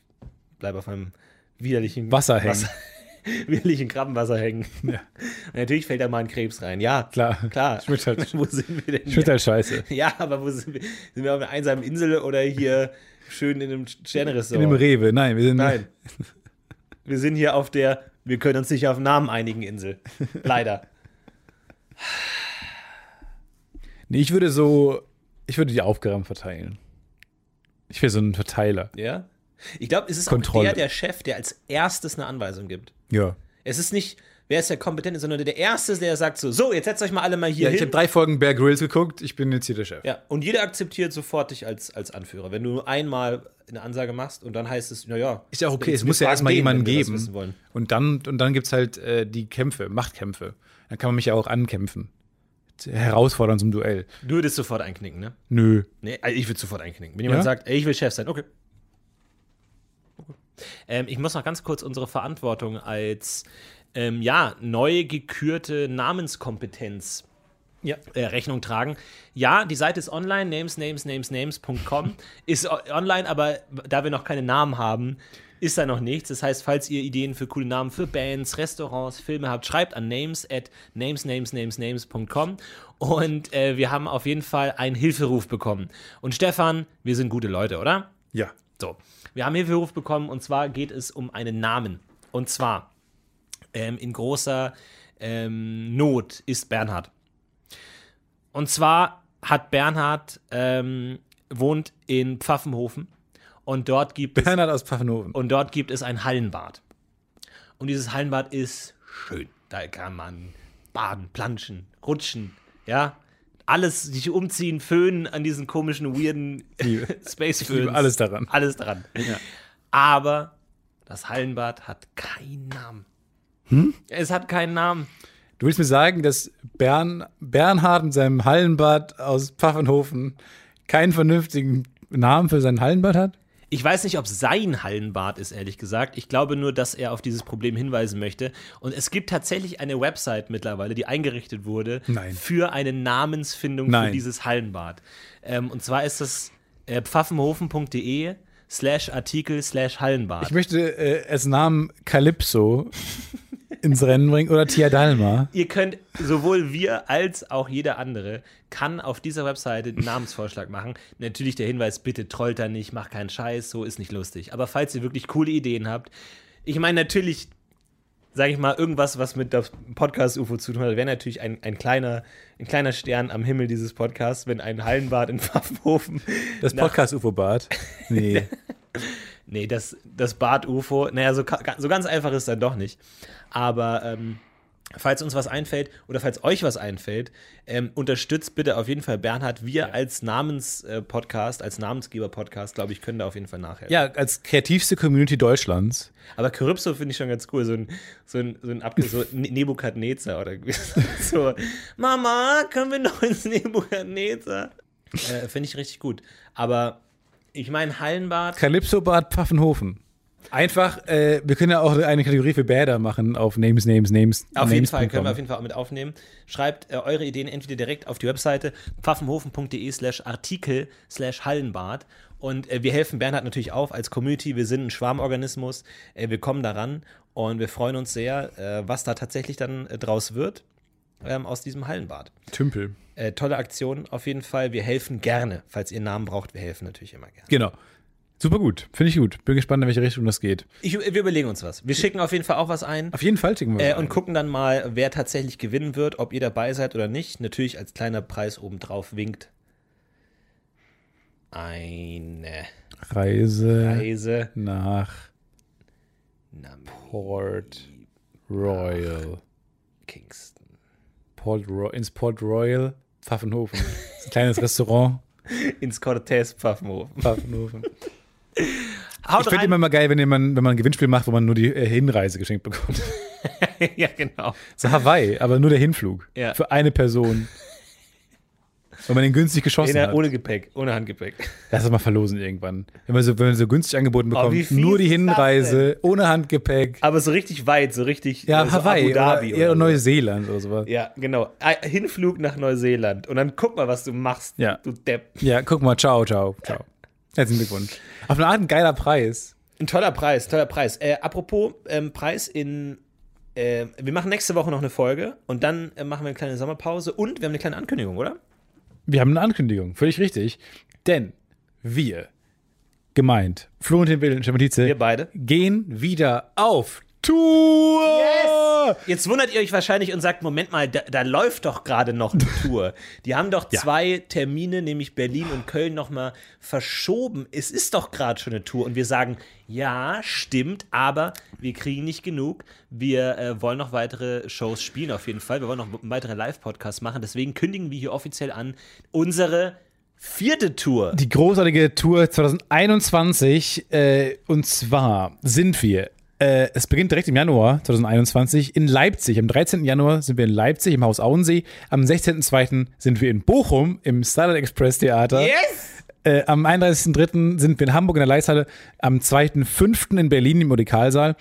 S1: bleibe auf meinem widerlichen
S2: Wasser hängen.
S1: widerlichen Krabbenwasser hängen.
S2: Ja.
S1: Und natürlich fällt da mal ein Krebs rein. Ja,
S2: Klar.
S1: klar.
S2: Schmeckt halt-
S1: Wo sind wir denn?
S2: Ich finde halt scheiße.
S1: Ja, aber wo sind wir? Sind wir auf einer einsamen Insel oder hier schön in einem
S2: In
S1: Sternressort?
S2: dem Rewe. Nein, wir sind.
S1: Nein. Wir sind hier auf der, wir können uns nicht auf Namen einigen Insel. Leider.
S2: Nee, ich würde so. Ich würde die Aufgaben verteilen. Ich wäre so ein Verteiler.
S1: Ja. Ich glaube, es ist
S2: Kontrolle.
S1: auch der, der Chef, der als erstes eine Anweisung gibt.
S2: Ja.
S1: Es ist nicht, wer ist der Kompetente, sondern der Erste, der sagt so, so, jetzt setzt euch mal alle mal hier
S2: Ja, ich habe
S1: hin.
S2: drei Folgen Bear Grylls geguckt. Ich bin jetzt hier der Chef.
S1: Ja, und jeder akzeptiert sofort dich als, als Anführer. Wenn du nur einmal eine Ansage machst und dann heißt es, naja.
S2: Ist ja auch okay. Es
S1: wir
S2: muss ja
S1: fragen
S2: erstmal
S1: den,
S2: jemanden
S1: wenn wir das
S2: geben.
S1: wissen wollen.
S2: Und dann, und dann gibt es halt äh, die Kämpfe, Machtkämpfe. Dann kann man mich ja auch ankämpfen. Herausfordern zum Duell.
S1: Du würdest sofort einknicken, ne?
S2: Nö.
S1: Nee, also ich würde sofort einknicken. Wenn jemand
S2: Ja?
S1: sagt, ey, ich will Chef sein, okay. Okay. Ähm, ich muss noch ganz kurz unsere Verantwortung als ähm, ja, neu gekürte Namenskompetenz
S2: Ja.
S1: äh, Rechnung tragen. Ja, die Seite ist online, names, names, names, names.com ist o- online, aber da wir noch keine Namen haben, ist da noch nichts. Das heißt, falls ihr Ideen für coole Namen für Bands, Restaurants, Filme habt, schreibt an names at names, names, names, names.com und äh, wir haben auf jeden Fall einen Hilferuf bekommen. Und Stefan, wir sind gute Leute, oder?
S2: Ja.
S1: So, wir haben Hilferuf bekommen und zwar geht es um einen Namen. Und zwar ähm, in großer ähm, Not ist Bernhard. Und zwar hat Bernhard ähm, wohnt in Pfaffenhofen und dort gibt es
S2: Bernhard aus Pfaffenhofen.
S1: und dort gibt es ein Hallenbad. Und dieses Hallenbad ist schön. Da kann man baden, planschen, rutschen, ja. Alles, sich umziehen, föhnen an diesen komischen, weirden
S2: liebe-
S1: space
S2: ich liebe alles daran.
S1: Alles daran. Aber das Hallenbad hat keinen Namen.
S2: Hm?
S1: Es hat keinen Namen.
S2: Du willst mir sagen, dass Bern, Bernhard mit seinem Hallenbad aus Pfaffenhofen keinen vernünftigen Namen für sein Hallenbad hat?
S1: Ich weiß nicht, ob sein Hallenbad ist, ehrlich gesagt. Ich glaube nur, dass er auf dieses Problem hinweisen möchte. Und es gibt tatsächlich eine Website mittlerweile, die eingerichtet wurde
S2: Nein.
S1: für eine Namensfindung für
S2: Nein.
S1: dieses Hallenbad. Ähm, und zwar ist das äh, pfaffenhofen.de slash Artikel slash Hallenbad.
S2: Ich möchte äh, als Namen Calypso ins Rennen bringen oder Tia Dalma.
S1: Ihr könnt, sowohl wir als auch jeder andere, kann auf dieser Webseite einen Namensvorschlag machen. Natürlich der Hinweis, bitte trollt da nicht, macht keinen Scheiß, so ist nicht lustig. Aber falls ihr wirklich coole Ideen habt, ich meine natürlich, sage ich mal, irgendwas, was mit dem Podcast-UFO zu tun hat, wäre natürlich ein, ein, kleiner, ein kleiner Stern am Himmel dieses Podcasts, wenn ein Hallenbad in Pfaffenhofen
S2: Das
S1: nach-
S2: Podcast-UFO-Bad. Nee.
S1: Nee, das, das Bad-UFO, naja, so, ka- so ganz einfach ist es dann doch nicht. Aber ähm, falls uns was einfällt oder falls euch was einfällt, ähm, unterstützt bitte auf jeden Fall Bernhard. Wir als Namens-Podcast, als Namensgeber-Podcast, glaube ich, können da auf jeden Fall nachhelfen.
S2: Ja, als kreativste Community Deutschlands.
S1: Aber Charybso finde ich schon ganz cool. So ein, so ein, so ein Abge so Ne- Nebukadnezar oder so. Mama, können wir noch ins Nebukadnezar? Äh, finde ich richtig gut. Aber ich meine, Hallenbad.
S2: Calypso-Bad Pfaffenhofen. Einfach, äh, wir können ja auch eine Kategorie für Bäder machen auf Names, Names, Names.
S1: Auf jeden
S2: names.
S1: Fall können wir auf jeden Fall auch mit aufnehmen. Schreibt äh, eure Ideen entweder direkt auf die Webseite pfaffenhofen.de slash Artikel slash Hallenbad. Und äh, wir helfen Bernhard natürlich auf als Community. Wir sind ein Schwarmorganismus. Äh, wir kommen daran und wir freuen uns sehr, äh, was da tatsächlich dann äh, draus wird ähm, aus diesem Hallenbad.
S2: Tümpel.
S1: Äh, tolle Aktion auf jeden Fall. Wir helfen gerne. Falls ihr Namen braucht, wir helfen natürlich immer gerne.
S2: Genau. Super gut. Finde ich gut. Bin gespannt, in welche Richtung das geht.
S1: Ich, wir überlegen uns was. Wir schicken auf jeden Fall auch was ein.
S2: Auf jeden Fall ticken wir.
S1: Äh,
S2: so
S1: und
S2: ein.
S1: gucken dann mal, wer tatsächlich gewinnen wird, ob ihr dabei seid oder nicht. Natürlich als kleiner Preis obendrauf winkt eine
S2: Reise
S1: Reise
S2: nach
S1: nach
S2: Port Royal.
S1: Kingston.
S2: Port Ro ins Port Royal Pfaffenhofen. Das ist ein kleines Restaurant.
S1: Ins Cortez Pfaffenhofen.
S2: Pfaffenhofen.
S1: Haut
S2: Ich finde immer mal geil, wenn man, wenn man ein Gewinnspiel macht, wo man nur die äh, Hinreise geschenkt bekommt.
S1: ja, genau.
S2: So Hawaii, aber nur der Hinflug.
S1: Ja.
S2: Für eine Person. Wenn man den günstig geschossen
S1: In der,
S2: hat.
S1: ohne Gepäck, ohne Handgepäck.
S2: Lass das mal verlosen irgendwann. Wenn man so, wenn man so günstig angeboten bekommt.
S1: Oh, wie fies
S2: nur die
S1: ist das
S2: Hinreise, ohne Handgepäck.
S1: Aber so richtig weit, so richtig
S2: Ja,
S1: äh, so
S2: Hawaii.
S1: Abu Dhabi.
S2: oder, ja,
S1: Oder so.
S2: Neuseeland oder sowas.
S1: Ja, genau. Ein Hinflug nach Neuseeland. Und dann guck mal, was du machst,
S2: Ja.
S1: du Depp.
S2: Ja, guck mal, ciao, ciao, ciao. Herzlichen Glückwunsch. Auf eine Art ein geiler Preis.
S1: Ein toller Preis, toller Preis. Äh, apropos ähm, Preis in. Äh, wir machen nächste Woche noch eine Folge und dann äh, machen wir eine kleine Sommerpause und wir haben eine kleine Ankündigung, oder?
S2: Wir haben eine Ankündigung, völlig richtig. Denn wir, gemeint, Florentin Will und Stefan Tietze,
S1: Wir beide.
S2: gehen wieder auf Tour!
S1: Jetzt wundert ihr euch wahrscheinlich und sagt: Moment mal, da, da läuft doch gerade noch eine Tour. Die haben doch zwei Termine, nämlich Berlin und Köln, nochmal verschoben. Es ist doch gerade schon eine Tour und wir sagen: Ja, stimmt, aber wir kriegen nicht genug. Wir äh, wollen noch weitere Shows spielen, auf jeden Fall. Wir wollen noch weitere Live-Podcasts machen. Deswegen kündigen wir hier offiziell an unsere vierte Tour.
S2: Die großartige Tour 2021. Äh, und zwar sind wir. Äh, es beginnt direkt im Januar 2021 in Leipzig. Am 13. Januar sind wir in Leipzig im Haus Auensee. Am 16.2. sind wir in Bochum im Starlight Express Theater.
S1: Yes!
S2: Äh, am 31.3. sind wir in Hamburg in der Leishalle, am 2.5. in Berlin im Odikalsaal.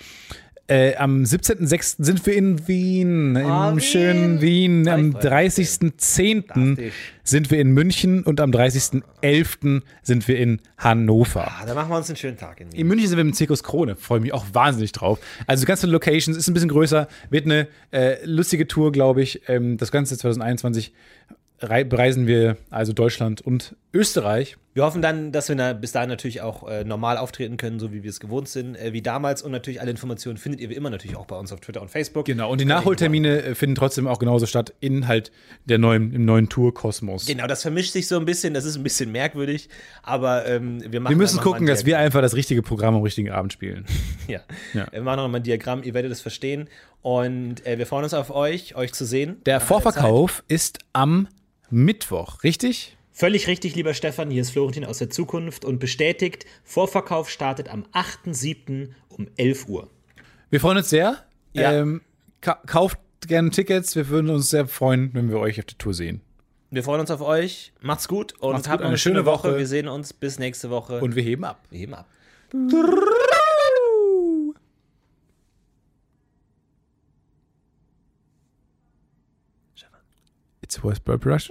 S2: Äh, am 17.6. sind wir in Wien, im
S1: Ah, Wien.
S2: schönen Wien. Am
S1: Ah, ich freue mich.
S2: 30.10.
S1: Fantastisch.
S2: sind wir in München und am 30.11. sind wir in Hannover.
S1: Ah, da machen wir uns einen schönen Tag in Wien.
S2: In München sind wir im Zirkus Krone, freue mich auch wahnsinnig drauf. Also ganz viele Locations, ist ein bisschen größer, wird eine äh, lustige Tour, glaube ich. Ähm, das Ganze 2021 rei- bereisen wir also Deutschland und Österreich.
S1: Wir hoffen dann, dass wir na, bis dahin natürlich auch äh, normal auftreten können, so wie wir es gewohnt sind, äh, wie damals. Und natürlich alle Informationen findet ihr wie immer natürlich auch bei uns auf Twitter und Facebook.
S2: Genau, und die Nachholtermine äh, finden trotzdem auch genauso statt, in halt der neuen, im neuen Tour-Kosmos.
S1: Genau, das vermischt sich so ein bisschen, das ist ein bisschen merkwürdig, aber ähm, wir machen
S2: Wir müssen
S1: einfach mal
S2: gucken,
S1: ein
S2: dass wir
S1: Diagramm.
S2: einfach das richtige Programm am richtigen Abend spielen.
S1: Ja.
S2: Ja.
S1: Wir machen nochmal ein Diagramm, ihr werdet es verstehen. Und äh, wir freuen uns auf euch, euch zu sehen.
S2: Der Vorverkauf ist am Mittwoch, richtig?
S1: Völlig richtig, lieber Stefan, hier ist Florentin aus der Zukunft und bestätigt, Vorverkauf startet am 8.7. um 11 Uhr.
S2: Wir freuen uns sehr.
S1: Ja.
S2: Ähm, ka kauft gerne Tickets. Wir würden uns sehr freuen, wenn wir euch auf der Tour sehen.
S1: Wir freuen uns auf euch. Macht's gut und
S2: Macht's gut,
S1: habt noch
S2: eine
S1: eine schöne
S2: schöne
S1: Woche.
S2: Woche.
S1: Wir sehen uns bis nächste Woche.
S2: Und wir heben ab.
S1: wir heben ab.
S2: It's worth Burp Rush.